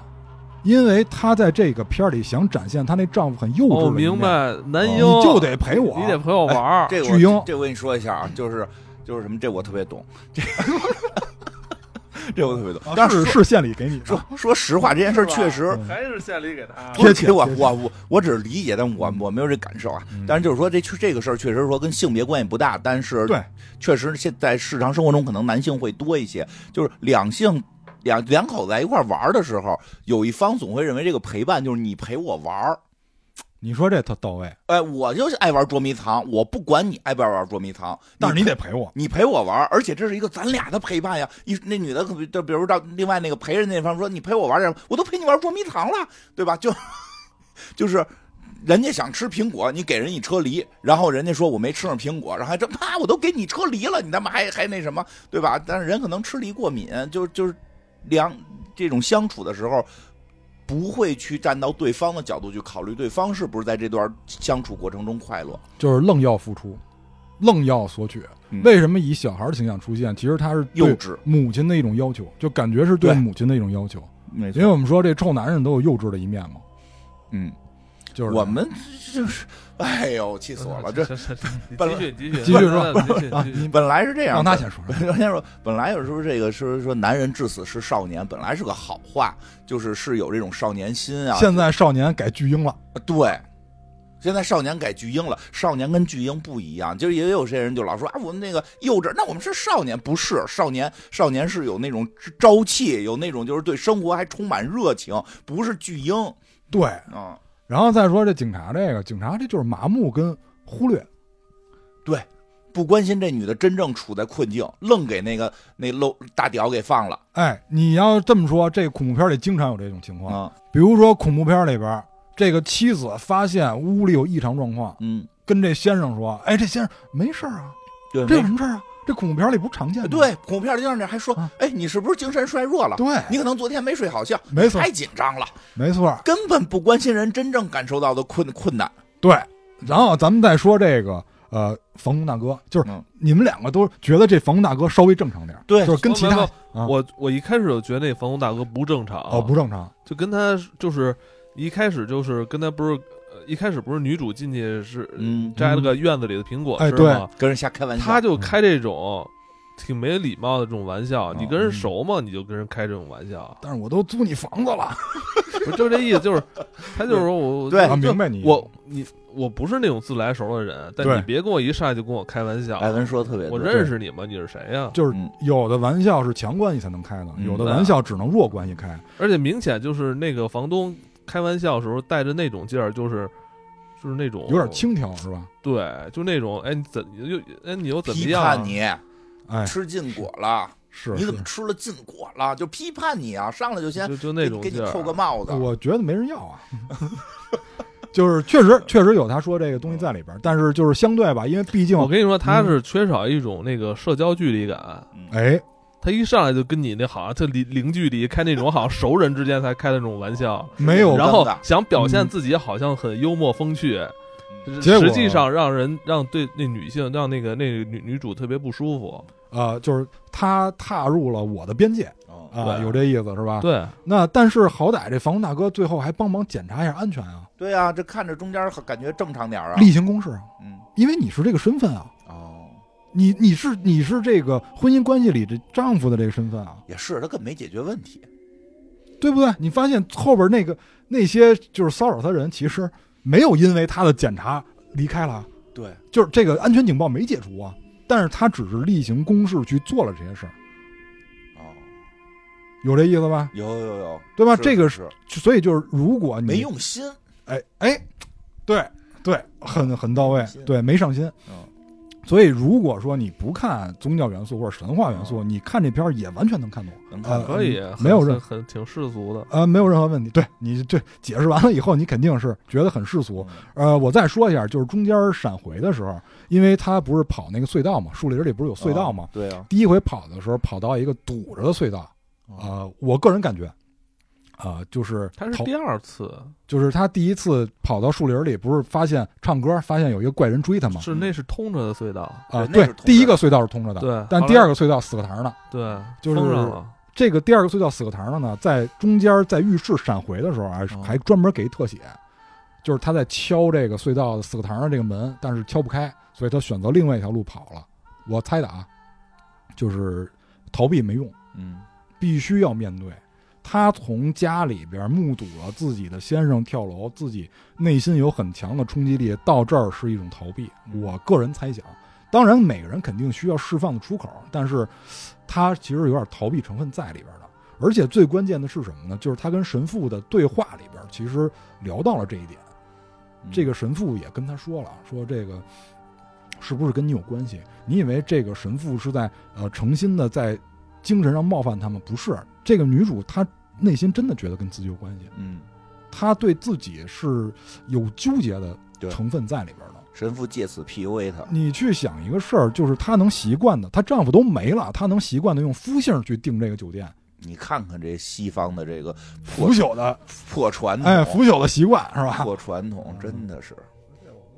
因为她在这个片儿里想展现她那丈夫很幼稚的
哦，
一面
明，白，男
啊
婴
你就得陪我，啊哎
你得陪我玩儿。
这
巨婴
我这我跟你说一下啊，就是就是什么，这我 特别 懂，这这我特别懂
啊。
但
是
是
是县里给你的
说说实话，这件事儿确实。
嗯
还是县里给他
啊不
贴
是
切
给我
贴切
我我我只是理解，但我我没有这感受啊
嗯。
但是就是说，这确这个事儿确实说跟性别关系不大，但是
对
确实现在日常生活中可能男性会多一些，就是两性两两口子在一块儿玩儿的时候，有一方总会认为这个陪伴就是你陪我玩儿。
你说这特到位，
哎，我就是爱玩捉迷藏，我不管你爱不爱玩捉迷藏，
但是
你
你得陪我。
你陪我玩儿，而且这是一个咱俩的陪伴呀。一那女的可比就比如到另外那个陪人那方说你陪我玩点，我都陪你玩捉迷藏了，对吧？就 就是人家想吃苹果，你给人一车梨，然后人家说我没吃上苹果，然后还这啪我都给你车梨了，你他妈还还那什么，对吧？但是人可能吃梨过敏，就就是两这种相处的时候。不会去站到对方的角度去考虑对方是不是在这段相处过程中快乐。
就是愣要付出，愣要索取。
嗯
为什么以小孩的形象出现？其实他是
幼
对
稚，
母亲的一种要求，就感觉是对
对
母亲的一种要求。
没
因为，我们说这臭男人都有幼稚的一面嘛，
嗯，
就是
我们就是，哎呦，气死我了！ 这
继续继续
继续说
继续
啊，
继续
你
本来是这样的，
让他先说，
本先说，本来有时候这个是说男人至死是少年，本来是个好话，就是是有这种少年心啊。
现在少年改巨婴了，
对，现在少年改巨婴了，少年跟巨婴不一样，就是也有些人就老说啊，我们那个幼稚，那我们是少年，不是少年，少年是有那种朝气，有那种就是对生活还充满热情，不是巨婴
对。
啊。
然后再说这警察这个，警察这就是麻木跟忽略，
不关心这女的真正处在困境，愣给那个那漏大屌给放了
哎，你要这么说，这恐怖片里经常有这种情况。
啊，
比如说恐怖片里边儿，这个妻子发现屋里有异常状况，
嗯，
跟这先生说：“哎，这先生没事儿啊，
对
这有
没
什么事儿啊？这恐怖片里不是常见的吗？”
对，恐怖片儿就让这还说
啊，
哎，你是不是精神衰弱了？
对，
你可能昨天没睡好觉，
没错
太紧张了，
没错儿，
根本不关心人真正感受到的困困难。
对。然后咱们再说这个呃，房东大哥，就是
嗯
你们两个都觉得这房东大哥稍微正常点儿，
对
就是跟其
没
他
有
啊
我我一开始就觉得那房东大哥不正常，
哦不正常，
就跟他就是一开始就是跟他不是呃一开始不是女主进去是
嗯
摘了个院子里的苹果
哎
吃
对
吗？
跟人瞎开玩笑，
他就开这种挺没礼貌的这种玩笑，
哦
你跟人
嗯
熟吗？你就跟人开这种玩笑，
但是我都租你房子了，
不是就这意思，就是他就是说我
对
就
啊明白你
我你我不是那种自来熟的人，但
对
你别跟我一上来就跟我开玩笑，
艾文说的特别
我
哎对，
认识你吗？你是谁呀？
就是
嗯
有的玩笑是强关系才能开的，
嗯
有的玩笑只能弱关系开。
而且明显就是那个房东开玩笑的时候带着那种劲儿，就是就是那种
有点轻佻是吧？
对，就那种哎你怎你又哎你又怎么
批
样啊、
判你
哎，
吃禁果了，
是
你怎
是
么，吃了禁果了？就批判你啊，上来就先
就就那
给
种
给你
劲儿，啊
扣个帽子。
我觉得没人要啊。 就是确实确实有他说这个东西在里边儿，但是就是相对吧，因为毕竟
我跟你说，他是缺少一种那个社交距离感。
嗯
哎，
他一上来就跟你那好像他零零距离开那种好像熟人之间才开的那种玩笑，
没有
我
然后
尴尬
想表现自己好像很幽默风趣，
嗯
结果
实际上让人让对那女性让那个那个女女主特别不舒服。
呃，就是他踏入了我的边界
哦
啊、
对
有这意思是吧？。
对，
那但是好歹这房东大哥最后还帮忙检查一下安全啊，
对啊，这看着中间感觉正常点儿啊。
例行公事啊，
嗯，
因为你是这个身份啊，
哦，
你你是你是这个婚姻关系里这丈夫的这个身份啊，
也是，他根本没解决问题。
对不对？你发现后边那个那些就是骚扰他的人，其实没有因为他的检查离开了，啊
对，
就是这个安全警报没解除啊，但是他只是例行公事去做了这些事儿，
哦，
有这意思吧？
有有有，
对吧？
是
这个
是
所以就是如果你
没用心。
哎哎，对对，很很到位
上心，
对，没上心。
嗯，
所以如果说你不看宗教元素或者神话元素，你看这片儿也完全能看懂，
能看
呃
懂
可以，
没有
很
任
很挺世俗的。
呃没有任何问题。对你这解释完了以后，你肯定是觉得很世俗。
嗯
呃，我再说一下，就是中间闪回的时候，因为他不是跑那个隧道嘛，树林里不是有隧道嘛，
哦对啊，
第一回跑的时候跑到一个堵着的隧道，
啊，
啊，我个人感觉。啊、就是
他是
逃
第二次，
就是他第一次跑到树林里，不是发现唱歌，发现有一个怪人追他吗？
是那是通着的隧道，
啊，
对那
对
是通着，的
第一个隧道是通着的，
对
但
后
第
来
二个隧道死个堂呢。
对，
就是
封上了。
这个第二个隧道死个堂了呢，在中间在浴室闪回的时候啊，
哦
还专门给特写，就是他在敲这个隧道死个堂的这个门，但是敲不开，所以他选择另外一条路跑了。我猜的啊，就是逃避没用，
嗯，
必须要面对。他从家里边目睹了自己的先生跳楼，自己内心有很强的冲击力，到这儿是一种逃避。我个人猜想，当然每个人肯定需要释放的出口，但是他其实有点逃避成分在里边的。而且最关键的是什么呢？就是他跟神父的对话里边，其实聊到了这一
嗯
点。这个神父也跟他说了，说这个是不是跟你有关系？你以为这个神父是在呃诚心的在精神上冒犯他们？不是，这个女主她内心真的觉得跟自己有关系，
嗯，
她对自己是有纠结的
对
成分在里边的。
神父借此 PUA 他，
你去想一个事儿，就是她能习惯的，她丈夫都没了，她能习惯的用夫姓去订这个酒店，
你看看这西方的这个
腐朽的
破传统，
哎啊腐朽的习惯是吧？
破传
嗯
统真的是，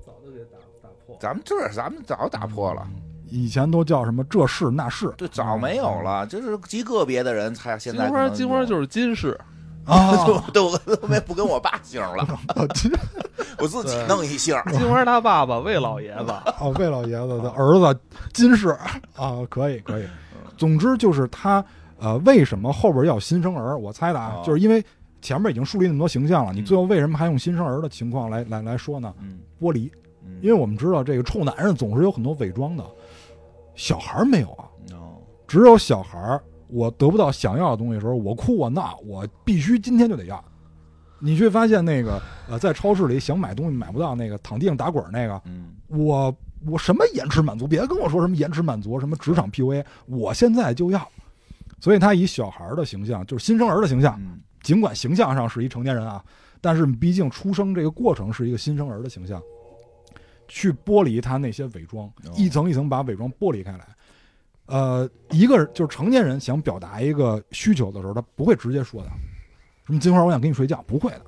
早就给打打破。
咱们这咱们早打破
嗯
了，
以前都叫什么这是那是，
对，早没
嗯
有了，就是极个别的人才现
金
在
花，金花就是金 氏，
啊，
是对我都没不跟我爸姓 了，我自己
对
弄一姓。
金花他爸爸魏老爷 子，
哦，魏老爷子的儿子金氏啊，可以可以。
嗯
总之就是他呃，为什么后边要新生儿？我猜的啊
哦，
就是因为前面已经树立那么多形象了，你
嗯
最后为什么还用新生儿的情况来来来说呢？
嗯，
剥离，
嗯
因为我们知道这个臭男人总是有很多伪装的，小孩儿没有啊，
哦
只有小孩儿我得不到想要的东西的时候，我哭我闹，我必须今天就得要。你却发现那个呃，在超市里想买东西买不到那个躺地上打滚儿那个，
嗯，
我我什么延迟满足，别跟我说什么延迟满足，什么职场 PUA，我现在就要。所以他以小孩儿的形象，就是新生儿的形象，
嗯
尽管形象上是一成年人啊，但是毕竟出生这个过程是一个新生儿的形象，去剥离他那些伪装，一层一层把伪装剥离开来。呃，一个就是成年人想表达一个需求的时候，他不会直接说的，什么金花，我想跟你睡觉，不会的，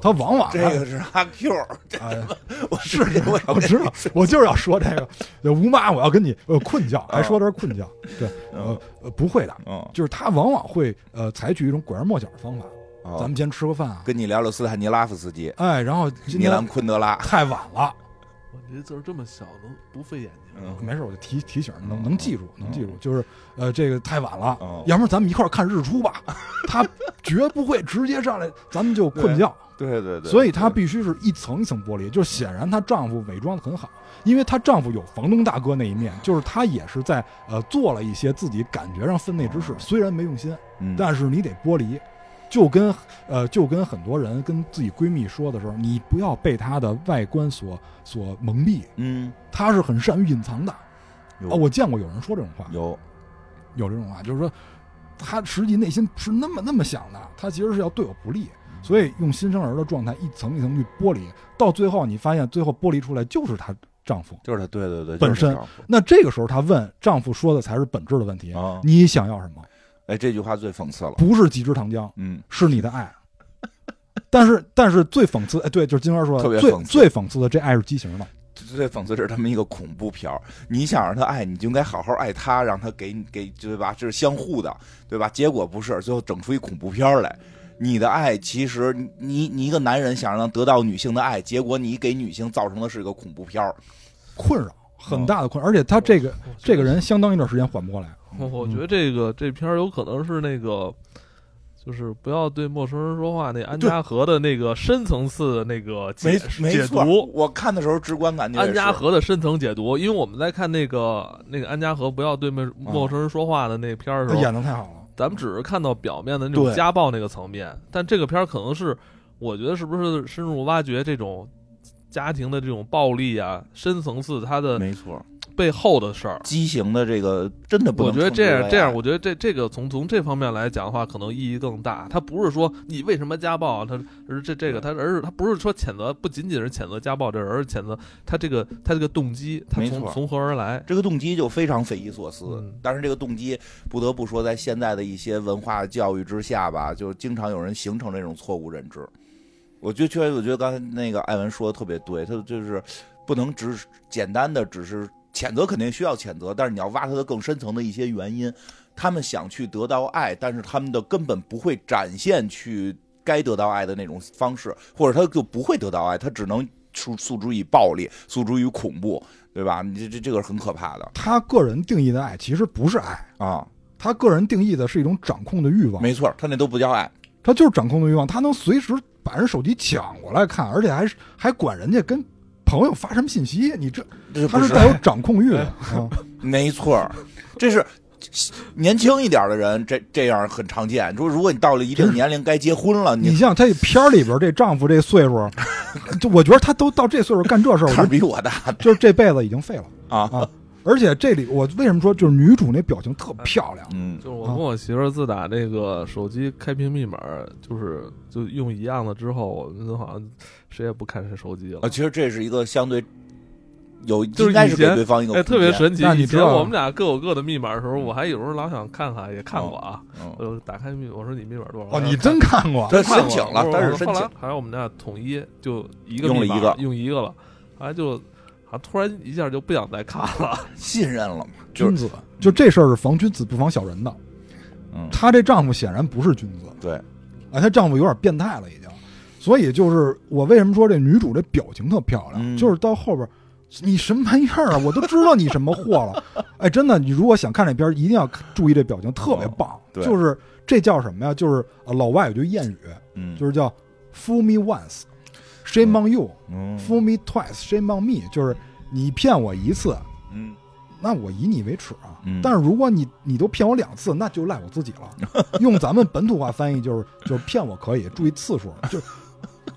他往往
这个是阿 Q，
哎
我
是
直接我要
我知道，我就是要说这个，呃吴妈，我要跟你呃困觉，还说的是困觉，对，呃
哦嗯
呃不会的，
嗯，
就是他往往会呃采取一种拐弯抹角的方法，
哦
咱们先吃个饭啊，
跟你聊聊斯坦尼拉夫斯基、
哎，然后今
米兰
天
昆德拉，
太晚了，
我这字儿这么小，能不费眼睛啊吗？
嗯
没事，我就提提醒，能
嗯
能记住，能记住，就是呃这个太晚了
哦，
要不然咱们一块儿看日出吧，他绝不会直接上来，咱们就困觉。
对对对，
所以她
对
必须是一层一层剥离。就是显然她丈夫伪装的很好，因为她丈夫有房东大哥那一面，就是她也是在呃做了一些自己感觉上分内之事，虽然没用心，
嗯
但是你得剥离。就跟呃，就跟很多人跟自己闺蜜说的时候，你不要被她的外观所所蒙蔽，
嗯
她是很善于隐藏的。
有
哦，我见过有人说这种话，
有
有这种话，就是说她实际内心是那么那么想的，她其实是要对我不利，所以用新生儿的状态一层一层去剥离，到最后你发现最后剥离出来就是她丈夫。
就是他，对对对，
本
就是
身
他丈夫
那这个时候她问丈夫说的才是本质的问题，
啊，
你想要什么？
哎，这句话最讽刺了，
不是几支糖浆，
嗯
是你的爱。但是但是最讽刺，哎，对，就是金花说
特别
的最
讽刺
最讽刺的，这爱是畸形的。
最讽刺是他们一个恐怖片儿。你想让他爱你，就应该好好爱他，让他给你给对吧？这是相互的，对吧？结果不是，最后整出一恐怖片儿来。你的爱其实你你你一个男人想让得到女性的爱，结果你给女性造成的是一个恐怖片儿。
困扰很大的困扰，而且
啊
她这个
我觉
这
得
个人相当一段时间缓不过来。
我我觉得这个这片儿有可能是那个，就是不要对陌生人说话那安家和的那个深层次的那个解
没
解
错，
读。
我看的时候直观感觉也
安
是
家和的深层解读，因为我们在看那个那个安家和不要对
啊
陌陌生人说话的那片儿的
哎
她
时候，
演的太好了，
咱们只是看到表面的那种
对
家暴那个层面，但这个片儿可能是，我觉得是不是深入挖掘这种家庭的这种暴力啊，深层次它的
没错，
背后的事儿。
畸形的这个真的不
我
能
觉得
称之
这
为
样这样，
爱
我觉得这这个从从这方面来讲的话，可能意义更大。他不是说你为什么家暴啊，他而是这
嗯
这个他而是他不是说谴责，不仅仅是谴责家暴这人，而是谴责他这个他这个动机，他
没
从
错
从何而来？
这个动机就非常匪夷所思。
嗯
但是这个动机不得不说，在现在的一些文化教育之下吧，就经常有人形成这种错误认知。我就觉得，我觉得刚才那个艾文说的特别对，他就是不能只是简单的只是谴责，肯定需要谴责，但是你要挖他的更深层的一些原因。他们想去得到爱，但是他们的根本不会展现去该得到爱的那种方式，或者他就不会得到爱，他只能诉诉诸于暴力，诉诸于恐怖，对吧？你这这这个是很可怕的
她个人定义的爱其实不是爱。
啊！
他个人定义的是一种掌控的欲望，
没错，他那都不叫爱，
他就是掌控的欲望，他能随时把人手机抢过来看，而且还是还管人家跟朋友发什么信息，你这
这
他
不
是
是
带有
爱，
掌控欲的啊！
没错，这是。年轻一点的人，这这样很常见。你说，如果你到了一定年龄该结婚了，
你
你
像他片儿里边这丈夫这岁数， 就我觉得他都到这岁数干这事儿， 我
坎儿
就
比我大
就是这辈子已经废了
啊！
啊！而且这里我为什么说就是女主那表情特漂 亮，
嗯
就是
啊
我跟我媳妇儿自打那个手机开屏密码就是就用一
啊
样了之后，我们好像谁也不看谁手机了
啊，。其实这是一个相对有
就是
应该是
以前
给对方一个
哎，特别
空间
神奇。
那你
以
知
前
道
我们俩各有各的密码的时候，我还有时候老想看看，也看过啊。
嗯，
呃，打开密，我说你密码多少？
哦， 你真看过？
他
看
呃
过
申请了
我，
但是
我
申
后
请
来好像我们俩统一就一个
用了
密码
一个
用一个了，后来就好像突然一下就不想再看了。
信任了嘛，就
君
是
子，就这事儿是防君子不防小人的。
嗯
她这丈夫显然不是君子，
对，
啊，她丈夫有点变态了已经。所以就是我为什么说这女主这表情特漂亮，
嗯
就是到后边。你什么玩意儿啊！我都知道你什么货了， 哎，真的，你如果想看这片儿，一定要注意这表情，特别棒。
哦对
就是这叫什么呀？就是呃老外有句谚语，
嗯，
就是叫 “fool me once, shame on you；
嗯
fool me twice, shame on me”，就是你骗我一次，
嗯
那我以你为耻啊。
嗯
但是如果你你都骗我两次，那就赖我自己 了。用咱们本土化翻译就是就是骗我可以，注意次数，就是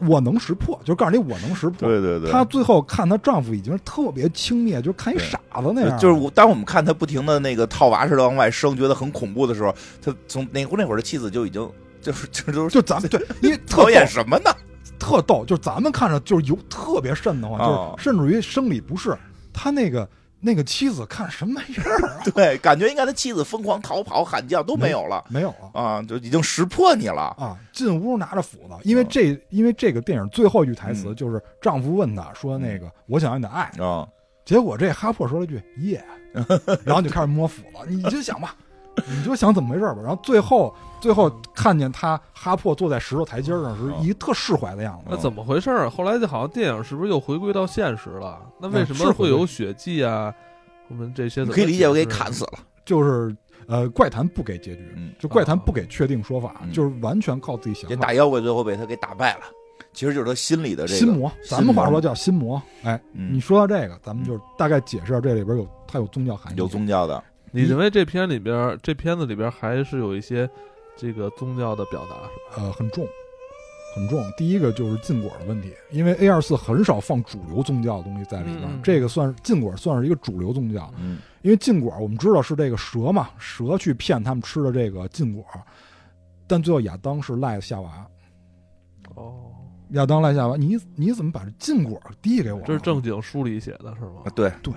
我能识破，就是告诉你我能识破。
对对对，
她最后看她丈夫已经是特别轻蔑，就是看一
对
傻子那样，
就是我，当我们看他不停的那个套娃似的往外生，觉得很恐怖的时候，他从那那会儿的妻子就已经就是这都是
就咱们对，因为特
讨
别
厌什么呢？
特逗，就是咱们看着就是有特别瘆得慌，
哦
就是甚至于生理不适。他那个那个妻子看什么玩意儿 啊？
对，感觉应该他妻子疯狂逃跑喊叫都没有了
没有啊
啊，就已经识破你了。
啊！进屋拿着斧子，因为
哦
这因为这个电影最后一句台词
嗯
就是丈夫问她说那个我想要你的爱，
啊，
结果这哈珀说了一句耶，然后就开始摸斧子，你就想吧。你就想怎么回事吧，然后最后最后看见他哈珀坐在石头台阶上时，
哦
一个特释怀的样子
那。怎么回事儿？啊后来就好像电影是不是又回归到现实了？那为
嗯
什
是
么
回
会
归
有血迹啊？我们这些
你
怎么
可以理解我给
解释
砍死了。
就是呃，怪谈不给结局，
嗯
就怪谈不给确定说法，
嗯
就是完全靠自己想
这
法。
大妖怪最后被他给打败了，其实就是他心里的这个
心魔，咱们话说叫心魔。哎，
嗯
你说到这个，咱们就大概解释下这里边有它有宗教含义。
有宗教的，
你认为这片里边儿，这片子里边儿还是有一些这个宗教的表达是吧？
呃很重，很重。第一个就是禁果的问题，因为 A 二四很少放主流宗教的东西在里边，
嗯嗯
这个算是禁果算是一个主流宗教。
嗯
因为禁果我们知道是这个蛇嘛，蛇去骗他们吃的这个禁果，但最后亚当是赖夏娃。
哦，
亚当赖夏娃，你你怎么把这禁果递给我了？
这是正经书里写的是吗？
啊对，
对，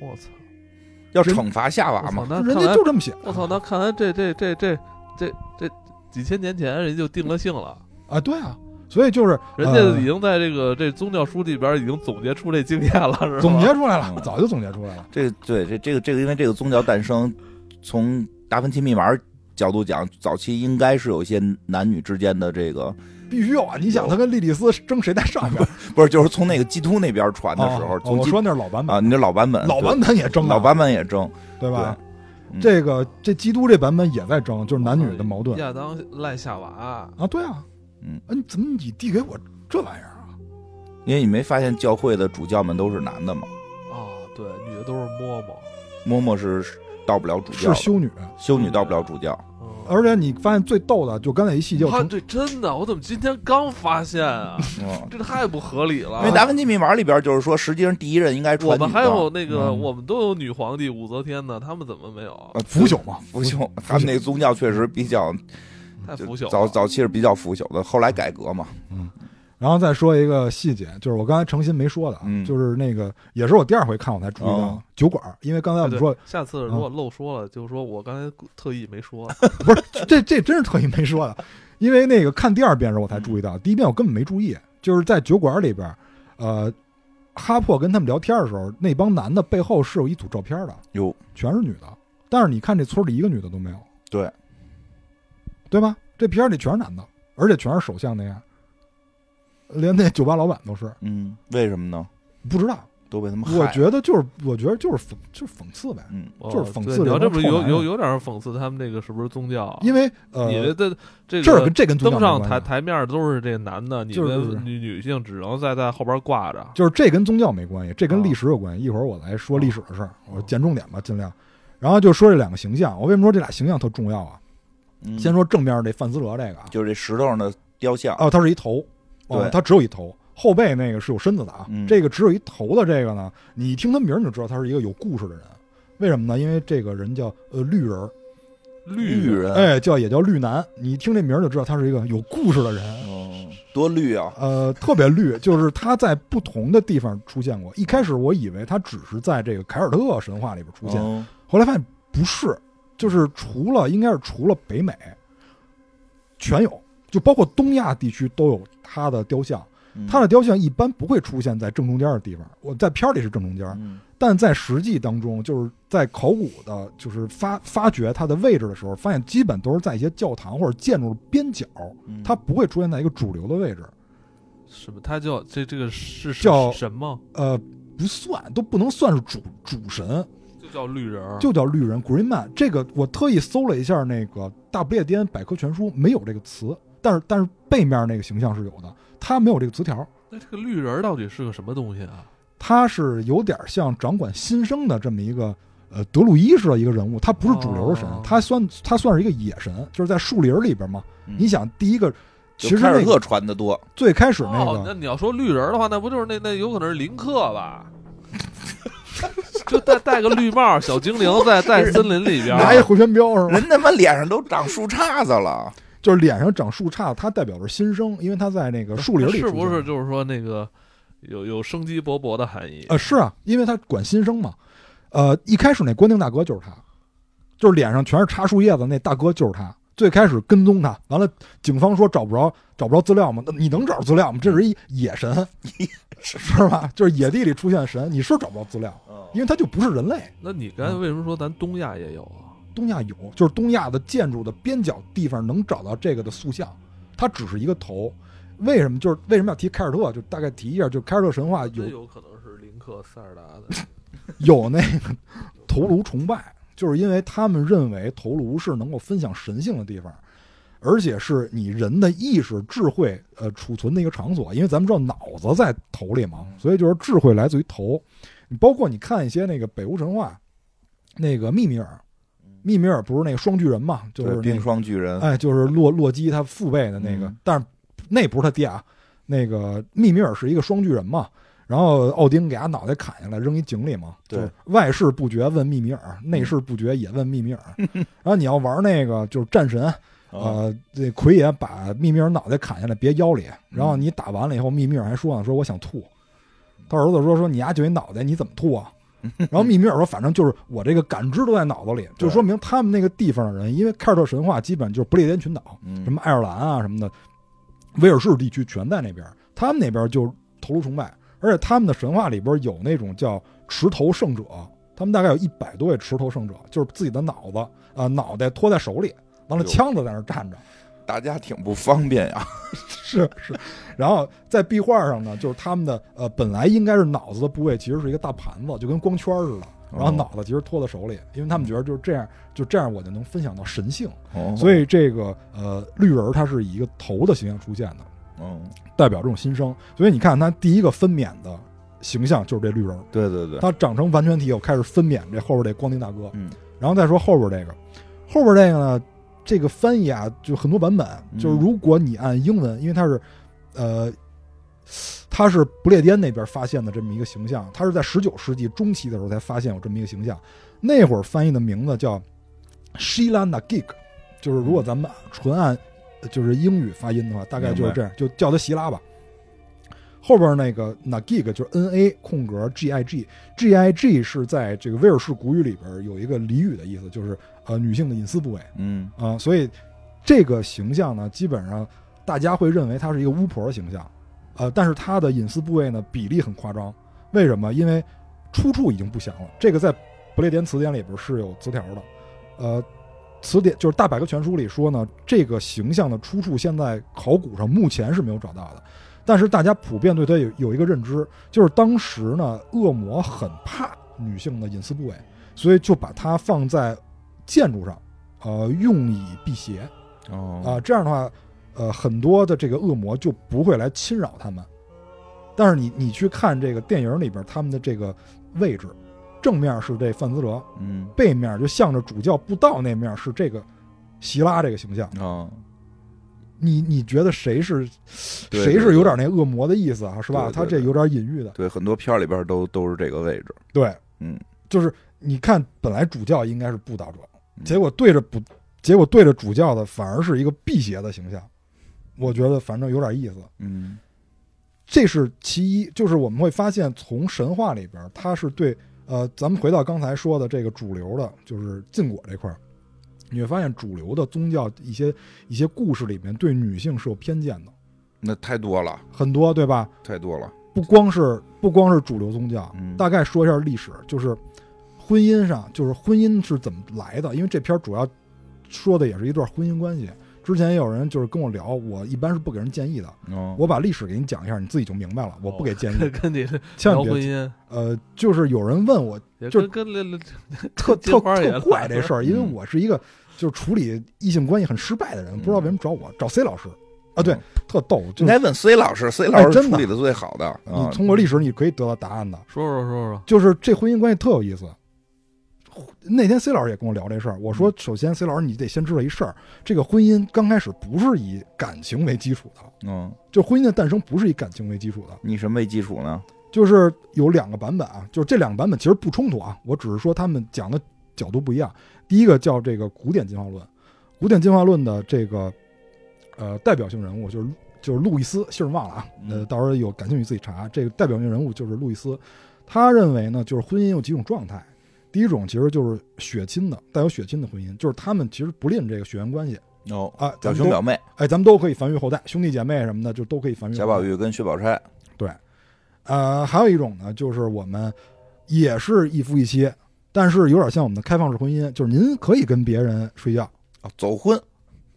我操！
要
人
惩罚夏
我
娃
操
嘛，，
那
人
看
家
来
就这么写。
我操，那看来这这这这这这几千年前人就定了性了，
啊，对啊，所以就是
人家已
呃
经在这个这宗教书里边已经总结出这经验了，是吧？
总结出来了，
嗯
早就总结出来了。
这个对这这个这个，因为这个宗教诞生，从达芬奇密码角度讲，早期应该是有一些男女之间的这个，
必须有啊！你想他跟莉莉丝争谁在上边？
不是就是从那个基 督那边传的时候，
哦哦
从
我
基
说那是老版本，
啊，你这老版本，
老版本也争
本
啊，
老版本也争，
对吧？
对嗯
这个这基督这版本也在争，就是男女的矛盾
啊亚当赖夏娃，
啊，对啊，
嗯
啊，你怎么你递给我这玩意儿啊？
因为你没发现教会的主教们都是男的嘛，
啊，对，女的都是嬷嬷，
嬷嬷是到不了主教
是
的，
修女，啊
修女到不了主教，
嗯
而且你发现最逗的，就刚才一细节，我
他
从
这真的，我怎么今天刚发现啊？
嗯，
这太不合理了。
哦因为达芬奇密码里边就是说，实际上第一任应该传
我们
女
还
的
有那个，
嗯
我们都有女皇帝武则天呢，他们怎么没有啊
呃？
腐朽嘛，
腐朽，他们那个宗教确实比较
太腐朽了。
早早期是比较腐朽的，后来改革嘛，
然后再说一个细节，就是我刚才诚心没说的啊，
嗯
就是那个也是我第二回看我才注意到
哦
酒馆儿，因为刚才我
哎
们
对
说
下次如果漏说了，就说我刚才特意没说。
不是，这这真是特意没说的，因为那个看第二遍的时候我才注意到，第一遍我根本没注意，就是在酒馆里边，呃，哈珀跟他们聊天的时候，那帮男的背后是有一组照片的，
有
全是女的，但是你看这村里一个女的都没有，
对
对吧？这片儿里全是男的，而且全是首相那样，连那酒吧老板都是
嗯，为什么呢？
不知道，
都被他们害
我
了
觉得就是我觉得就是讽就是讽刺呗，
嗯，
哦
就是讽刺
对
这
你要这
帮
么
臭
有
男
有
人
有点讽刺他们这个是不是宗教啊？
因为呃，
你们的这
这儿
个
跟这跟宗教
登
没
上
关系啊
台台面儿都是这男的，你
就是
们女女性只能在在后边挂着。
就是这跟宗教没关系，这跟
啊
历史有关系。一会儿我来说历史的事儿，我
哦
捡重点吧，尽量。然后就说这两个形象，我为什么说这俩形象特重要啊？
嗯
先说正面这范思哲这个啊，
就是这石头上的雕像，
哦，他是一头，哦
对，
他只有一头，后背那个是有身子的啊。
嗯
这个只有一头的这个呢，你一听他名儿你就知道他是一个有故事的人。为什么呢？因为这个人叫呃绿人儿，哎
绿
人，
哎，叫也叫绿男。你一听这名儿就知道他是一个有故事的人。
嗯，多绿啊！
呃，特别绿，就是它在不同的地方出现过。一开始我以为它只是在这个凯尔特神话里边出现，
嗯
后来发现不是，就是除了应该是除了北美，全有，就包括东亚地区都有它的雕像。
嗯
它的雕像一般不会出现在正中间的地方，我在片儿里是正中间，
嗯
但在实际当中，就是在考古的，就是发发掘它的位置的时候，发现基本都是在一些教堂或者建筑边角，
嗯
它不会出现在一个主流的位置。
什么？他叫这这个是是
叫
神吗？
呃，不算，都不能算是主主神，
嗯
就叫绿人儿，
就叫绿人 Green Man。这个我特意搜了一下那个大不列颠百科全书，没有这个词，但是但是背面那个形象是有的，它没有这个词条。
那这个绿人儿到底是个什么东西啊？
他是有点像掌管新生的这么一个呃德鲁伊式的一个人物，他不是主流的神
哦，
他算他算是一个野神，就是在树林里边嘛。
嗯
你想，第一个其
就
实
凯尔
那
特
个
传的 多，
最开始那
哦，那
个
你要说绿人儿的话，那不就是那那有可能是林克吧？ 就戴戴个绿帽，小精灵在在森林里边儿，啊
拿一回旋镖是吧？
人他妈脸上都长树杈子了。
就是脸上长树杈，它代表着新生，因为它在那个树林里
是不
出
是
现？
就是说那个有有生机勃勃的含义？
呃，是啊，因为它管新生嘛。呃，一开始那关定大哥就是他，就是脸上全是插树叶子那大哥就是他。最开始跟踪他，完了，警方说找不着找不着资料吗？那你能找着资料吗？这是一野神，是吧？就是野地里出现的神，你是找不着资料，
哦
因为它就不是人类。
那你刚才为什么说咱东亚也有啊？
东亚有，就是东亚的建筑的边角地方能找到这个的塑像，它只是一个头。为什么？就是为什么要提凯尔特？就大概提一下，就凯尔特神话啊有
真有可能是林克塞尔达的。
有那个头颅崇拜，就是因为他们认为头颅是能够分享神性的地方，而且是你人的意识、智慧呃储存的一个场所。因为咱们知道脑子在头里嘛，所以就是智慧来自于头。你包括你看一些那个北欧神话，那个密米尔，密米尔不是那个双巨人嘛，就是
对
那个
冰霜巨人，
哎，就是洛洛基他父辈的那个，
嗯
但是那不是他爹啊。那个密米尔是一个双巨人嘛，然后奥丁给他脑袋砍下来扔一井里嘛。
对，
外事不决问密米尔，内事不决也问 密米尔。然后你要玩那个就是战神，
啊
呃，这奎爷把密米尔脑袋砍下来别腰里，然后你打完了以后，密米尔还说呢，说我想吐。他儿子说说你丫就一脑袋，你怎么吐啊？然后密米尔说，反正就是我这个感知都在脑子里，就
对
说明他们那个地方的人，因为凯尔特神话基本就是不列颠群岛，
嗯
什么爱尔兰啊什么的，威尔士地区全在那边，他们那边就头颅崇拜，而且他们的神话里边有那种叫持头圣者，他们大概有一百多位持头圣者，就是自己的脑子啊、呃脑袋托在手里，完了
哎呦
枪子在那儿站着，
大家挺不方便呀。
是是，然后在壁画上呢，就是他们的呃本来应该是脑子的部位，其实是一个大盘子，就跟光圈似的。然后
哦
脑子其实托在手里，因为他们觉得就是这样，就这样我就能分享到神性。
哦
所以这个呃绿人儿它是以一个头的形象出现的，
嗯，
代表这种新生。所以你看它第一个分娩的形象就是这绿人儿，
对对对，
它长成完全体以后开始分娩，这后边这光腚大哥，
嗯，
然后再说后边这个，后边这个呢，这个翻译啊，就很多版本，
嗯
就是如果你按英文，因为它是，呃，它是不列颠那边发现的这么一个形象，它是在十九世纪中期的时候才发现有这么一个形象，那会儿翻译的名字叫 Shila Nagik，就是如果咱们纯按呃就是英语发音的话，大概就是这样，就叫它希拉吧。后边那个 Nagig 就是 N A 空格 G I G G I G 是在这个威尔士古语里边有一个俚语的意思，就是呃女性的隐私部位
嗯
啊、所以这个形象呢，基本上大家会认为她是一个巫婆的形象，呃，但是她的隐私部位呢比例很夸张，为什么？因为出处已经不详了，这个在不列颠词典里边是有词条的，呃，词典就是《大百科全书》里说呢，这个形象的出处现在考古上目前是没有找到的，但是大家普遍对它有有一个认知，就是当时呢，恶魔很怕女性的隐私部位，所以就把它放在建筑上，呃，用以辟邪啊、
哦
这样的话，呃，很多的这个恶魔就不会来侵扰他们。但是你你去看这个电影里边他们的这个位置，正面是这范思哲，
嗯
背面就向着主教布道那面是这个希拉这个形象。
啊，
你你觉得谁是
对
谁是有点那恶魔的意思啊？是吧？
对对
他这
对
有点隐喻的。
对，很多片儿里边都都是这个位置。
对，
嗯，
就是你看，本来主教应该是布道者，
嗯
结果对着不，结果对着主教的反而是一个辟邪的形象。我觉得反正有点意思。
嗯
这是其一，就是我们会发现从神话里边儿，它是对呃，咱们回到刚才说的这个主流的，就是禁果这块儿，你会发现主流的宗教一些一些故事里面对女性是有偏见的，
那太多了，
很多对吧？
太多了。
不光是不光是主流宗教，
嗯
大概说一下历史，就是婚姻上，就是婚姻是怎么来的，因为这篇儿主要说的也是一段婚姻关系。之前也有人就是跟我聊，我一般是不给人建议
嗯
的，
哦，
我把历史给你讲一下，你自己就明白了，我不给建议。
跟你
千
哦聊
万
婚
别
姻，
呃，就是有人 问我
也
就是
跟跟跟
特
金
特
花也
特怪
来
这事儿，因为
嗯
我是一个就是处理异性关系很失败的人，不知道
嗯
为什么找我找 C 老师啊，对
嗯，
特逗，
应
就是
该
哎
问 C 老师，C 老师
真
处
的
理的最好的。啊
你通过历史你可以得到答案的，
说说说说，
就是这婚姻关系特有意思。那天 C 老师也跟我聊这事儿，我说首先 C 老师你得先知道一事儿，这个婚姻刚开始不是以感情为基础的，
嗯，
就婚姻的诞生不是以感情为基础的，
你什么为基础呢？
就是有两个版本啊，就是这两个版本其实不冲突啊，我只是说他们讲的角度不一样。第一个叫这个古典进化论，古典进化论的这个呃代表性人物就是就是路易斯，姓儿忘了啊，呃，
嗯
到时候有感兴趣自己查。这个代表性人物就是路易斯，他认为呢，就是婚姻有几种状态，第一种其实就是血亲的，带有血亲的婚姻，就是他们其实不吝这个血缘关系
哦，
啊，咱
表
们
兄
都
表妹，
哎，咱们都可以繁育后代，兄弟姐妹什么的就都可以繁育后代。
贾宝玉跟薛宝钗。
呃，还有一种呢，就是我们也是一夫一妻，但是有点像我们的开放式婚姻，就是您可以跟别人睡觉，
啊走婚，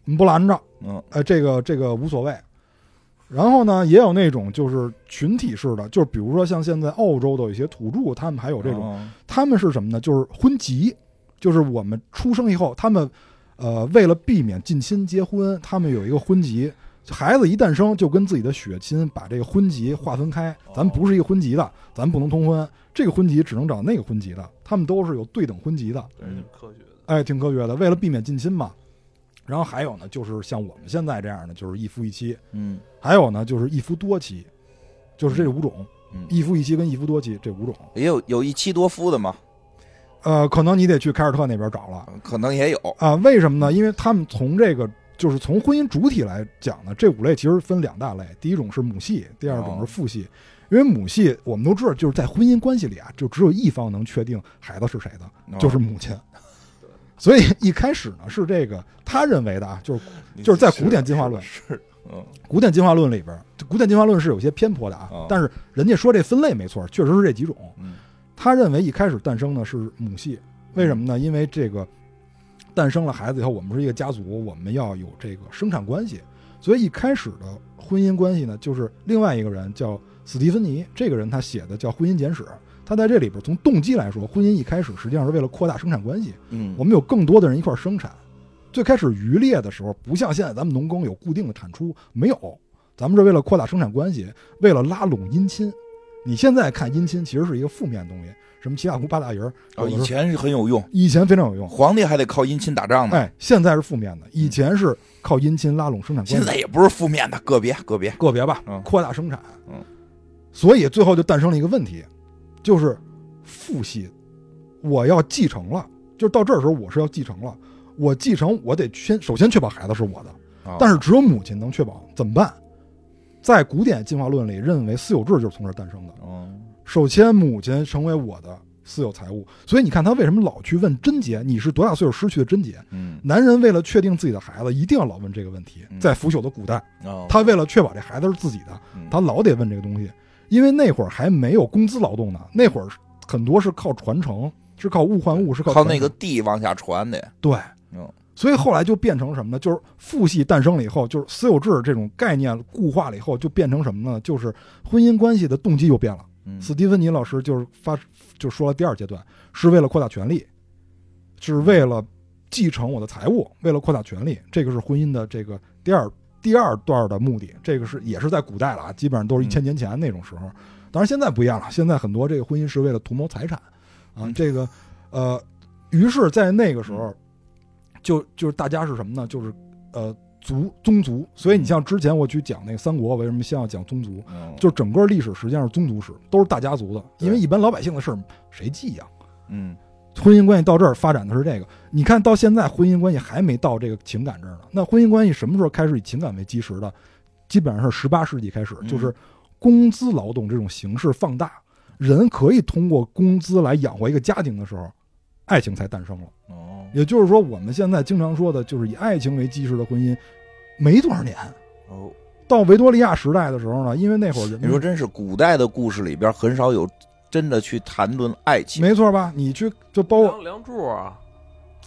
我们不拦着，
嗯
呃，这个这个无所谓。然后呢，也有那种就是群体式的，就是比如说像现在澳洲的有一些土著，他们还有这种，
哦
他们是什么呢？就是婚籍，就是我们出生以后，他们呃为了避免近亲结婚，他们有一个婚籍，孩子一诞生就跟自己的血亲把这个婚籍划分开，咱不是一个婚籍的，咱不能通婚，这个婚籍只能找那个婚籍的，他们都是有对等婚籍的，
对，挺
嗯
科学的，
哎，挺科学的，为了避免近亲嘛。然后还有呢，就是像我们现在这样的，就是一夫一妻，
嗯
还有呢就是一夫多妻，就是这五种，
嗯，
一夫一妻跟一夫多妻这五种，
也有有一妻多夫的嘛，
呃，可能你得去凯尔特那边找了。
可能也有。
啊，为什么呢？因为他们从这个就是从婚姻主体来讲呢，这五类其实分两大类，第一种是母系，第二种
哦
是父系。因为母系我们都知道，就是在婚姻关系里啊，就只有一方能确定孩子是谁的，
哦
就是母亲。所以一开始呢是这个他认为的啊，就是就是在古典进化论
是的，嗯
古典进化论里边儿，古典进化论是有些偏颇的啊，
哦
但是人家说这分类没错，确实是这几种。
嗯
他认为一开始诞生呢是母系，为什么呢？因为这个诞生了孩子以后，我们是一个家族，我们要有这个生产关系，所以一开始的婚姻关系呢，就是另外一个人叫史蒂芬妮，这个人他写的叫《婚姻简史》，他在这里边从动机来说，婚姻一开始实际上是为了扩大生产关系，
嗯，
我们有更多的人一块儿生产。最开始渔猎的时候，不像现在咱们农耕有固定的产出，没有，咱们是为了扩大生产关系，为了拉拢姻亲。你现在看姻亲其实是一个负面的东西，什么七大姑八大姨儿，
哦，
有
以
的时候
前是很有用，
以前非常有用，
皇帝还得靠姻亲打仗呢。
哎，现在是负面的，以前是靠姻亲拉拢生产关
现
系，
在也不是负面的，个别个别，
个别吧
嗯，
扩大生产
嗯，
所以最后就诞生了一个问题，就是父系，我要继承了，就到这儿的时候我是要继承了，我继承我得先首先确保孩子是我的，
哦
但是只有母亲能确保，怎么办？在古典进化论里，认为私有制就是从这儿诞生的。
哦，
首先，母亲成为我的私有财物，所以你看他为什么老去问贞洁，你是多大岁数失去的贞洁？
嗯
男人为了确定自己的孩子，一定要老问这个问题
嗯。
在腐朽的古代，
哦，
他为了确保这孩子是自己的，
嗯
他老得问这个东西，因为那会儿还没有工资劳动呢，那会儿很多是靠传承，是靠物换物，是靠
靠
传
那个
承
地往下传的。
对
嗯，
所以后来就变成什么呢？就是父系诞生了以后，就是私有制这种概念固化了以后，就变成什么呢？就是婚姻关系的动机又变了。
嗯
斯蒂芬妮老师就是发就说了第二阶段是为了扩大权利，是为了继承我的财物，为了扩大权利，这个是婚姻的这个第二第二段的目的。这个是也是在古代了啊，基本上都
嗯
是一千年前那种时候。当然现在不一样了，现在很多这个婚姻是为了图谋财产啊
嗯，
这个呃，于是，在那个时候，就就是大家是什么呢？就是呃族宗族。所以你像之前我去讲那个三国，为什么先要讲宗族？
嗯
就是整个历史实际上是宗族史，都是大家族的，
对
因为一般老百姓的事儿谁记呀、
嗯
婚姻关系到这儿发展的是这个，你看到现在婚姻关系还没到这个情感这儿呢。那婚姻关系什么时候开始以情感为基石的？基本上是十八世纪开始，
嗯
就是工资劳动这种形式放大，人可以通过工资来养活一个家庭的时候，爱情才诞生了。
哦
也就是说，我们现在经常说的就是以爱情为基石的婚姻，没多少年。
哦，
到维多利亚时代的时候呢，因为那会儿人
你说真是古代的故事里边很少有真的去谈论爱情，
没错吧？你去就
哦
包括
梁梁祝啊，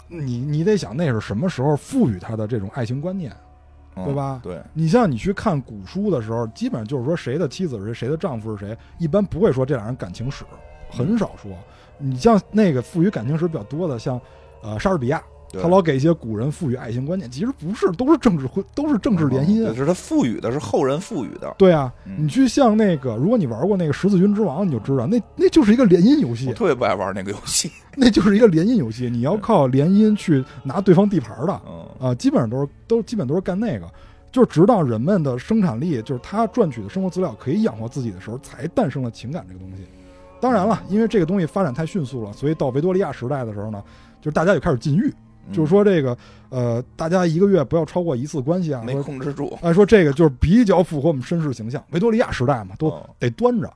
你，你得想那是什么时候赋予他的这种爱情观念。
嗯
对吧
对，
你像你去看古书的时候，基本上就是说谁的妻子是谁，谁的丈夫是谁，一般不会说这俩人感情史，很少说。你像那个赋予感情史比较多的，像呃莎士比亚，
对
他老给一些古人赋予爱情观念，其实不是，都是政治婚，都是政治联姻啊
嗯。就是他赋予的，是后人赋予的。
对啊，
嗯
你去像那个，如果你玩过那个《十字军之王》，你就知道，那那就是一个联姻游
我
戏，
特别不爱玩那个游戏，
那就是一个联姻游戏，你要靠联姻去拿对方地盘的。
嗯，
啊，基本上都是都基本都是干那个，就是直到人们的生产力，就是他赚取的生活资料可以养活自己的时候，才诞生了情感这个东西。当然了，因为这个东西发展太迅速了，所以到维多利亚时代的时候呢，就是大家就开始禁欲，
嗯
就是说这个呃，大家一个月不要超过一次关系啊
嗯。没
说
控制住，
哎，说这个就是比较符合我们绅士形象。维多利亚时代嘛，都
嗯
得端着，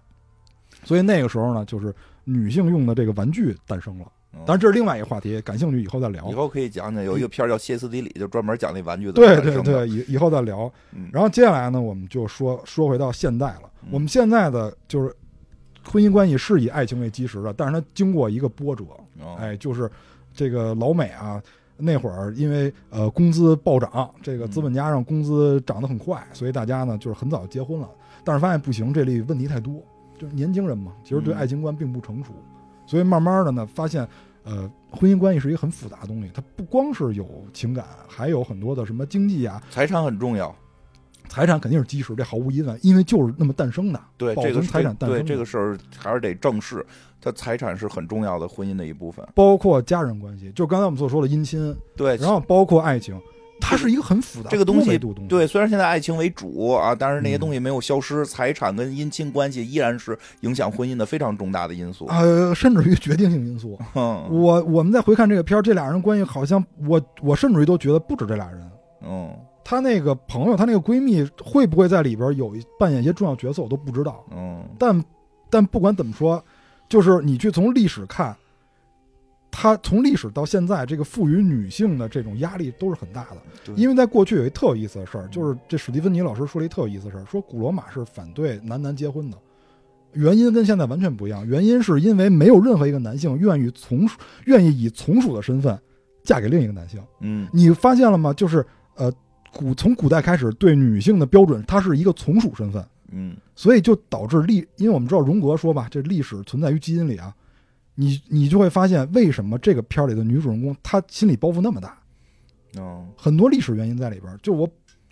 所以那个时候呢，就是女性用的这个玩具诞生了。
嗯
当然，这是另外一个话题，感兴趣以后再聊
以。后可以讲讲，有一个片儿叫《歇斯底里》，就专门讲那玩具的
对
诞
对
生的
对，以以后再聊。
嗯
然后接下来呢，我们就说说回到现代了
嗯。
我们现在的就是婚姻关系是以爱情为基石的，但是它经过一个波折，
哦
哎，就是这个老美啊，那会儿因为呃工资暴涨，这个资本家让工资涨得很快，
嗯
所以大家呢就是很早就结婚了，但是发现不行，这里问题太多，就是年轻人嘛，其实对
嗯
爱情观并不成熟，所以慢慢的呢发现。呃，婚姻关系是一个很复杂的东西，它不光是有情感，还有很多的什么经济啊，
财产很重要。
财产肯定是基石，这毫无疑问，因为就是那么诞生的。
对
保
这
存
个
财产诞
对
生
这个事儿还是得正视，它财产是很重要的婚姻的一部分。
包括家人关系，就刚才我们所说的姻亲，
对，
然后包括爱情，它是一个很复杂
这个东西
多维度的东西。
对，虽然现在爱情为主啊，但是那些
嗯
东西没有消失，财产跟姻亲关系依然是影响婚姻的非常重大的因素。
呃，甚至于决定性因素。
嗯
我我们再回看这个片儿，这俩人关系好像我我甚至于都觉得不止这俩人，
嗯
她那个朋友，她那个闺蜜会不会在里边有一扮演一些重要角色，我都不知道。
嗯，
但但不管怎么说，就是你去从历史看，她从历史到现在，这个赋予女性的这种压力都是很大的。
对
因为在过去有一特有意思的事儿，就是这史蒂芬妮老师说了一特有意思的事儿，说古罗马是反对男男结婚的，原因跟现在完全不一样。原因是因为没有任何一个男性愿意从属，愿意以从属的身份嫁给另一个男性。
嗯
你发现了吗？就是呃，古从古代开始对女性的标准，它是一个从属身份，
嗯
所以就导致历，因为我们知道荣格说吧，这历史存在于基因里啊。你你就会发现，为什么这个片儿里的女主人公她心理包袱那么大？
嗯
很多历史原因在里边儿。就我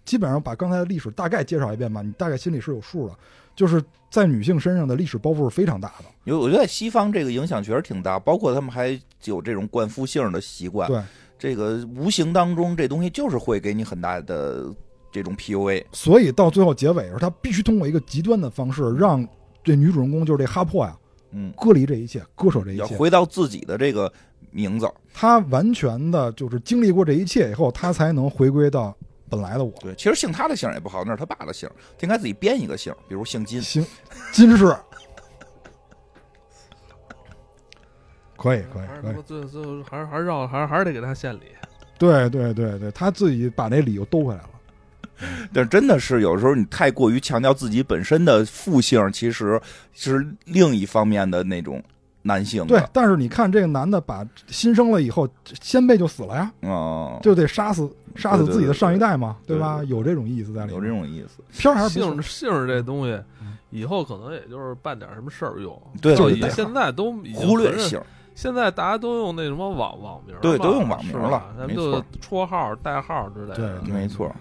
基本上把刚才的历史大概介绍一遍吧，你大概心里是有数了。就是在女性身上的历史包袱是非常大的，
有我觉得在西方这个影响确实挺大，包括他们还有这种灌夫性的习惯。
对，
这个无形当中这东西就是会给你很大的这种 PUA。
所以到最后结尾的时候，她必须通过一个极端的方式，让这女主人公就是这哈珀呀、
嗯，
割离这一切，割舍这一
要
切。
回到自己的这个名字。
她完全的就是经历过这一切以后，她才能回归到本来的我。
对，其实姓他的姓也不好，那是他爸的姓，他应该自己编一个姓，比如姓金。
行，金氏， 可以可
哎
以
还是
可
他
以
妈，最最后还是还是绕，还是还是得给他献礼。
对对对对，她自己把那理由兜回来了。
但真的是有时候你太过于强调自己本身的父姓，其实是另一方面的那种男性的。
对，但是你看这个男的把新生了以后，先辈就死了呀，
嗯，
就得杀死杀死
对对
自己的
对
上一代嘛，
对对
吧？有这种意思在里面。
有这种意思。
片儿还是不
姓
错
姓儿这东西
嗯，
以后可能也就是办点什么事儿用。
对
就
对
以
对，
现在都已经
忽略
承认
姓，
现在大家都用那什么网网名儿嘛，
对都用网名
是
儿
吧
了
咱们
没
就
错
绰号、代号之类的。
对
没错。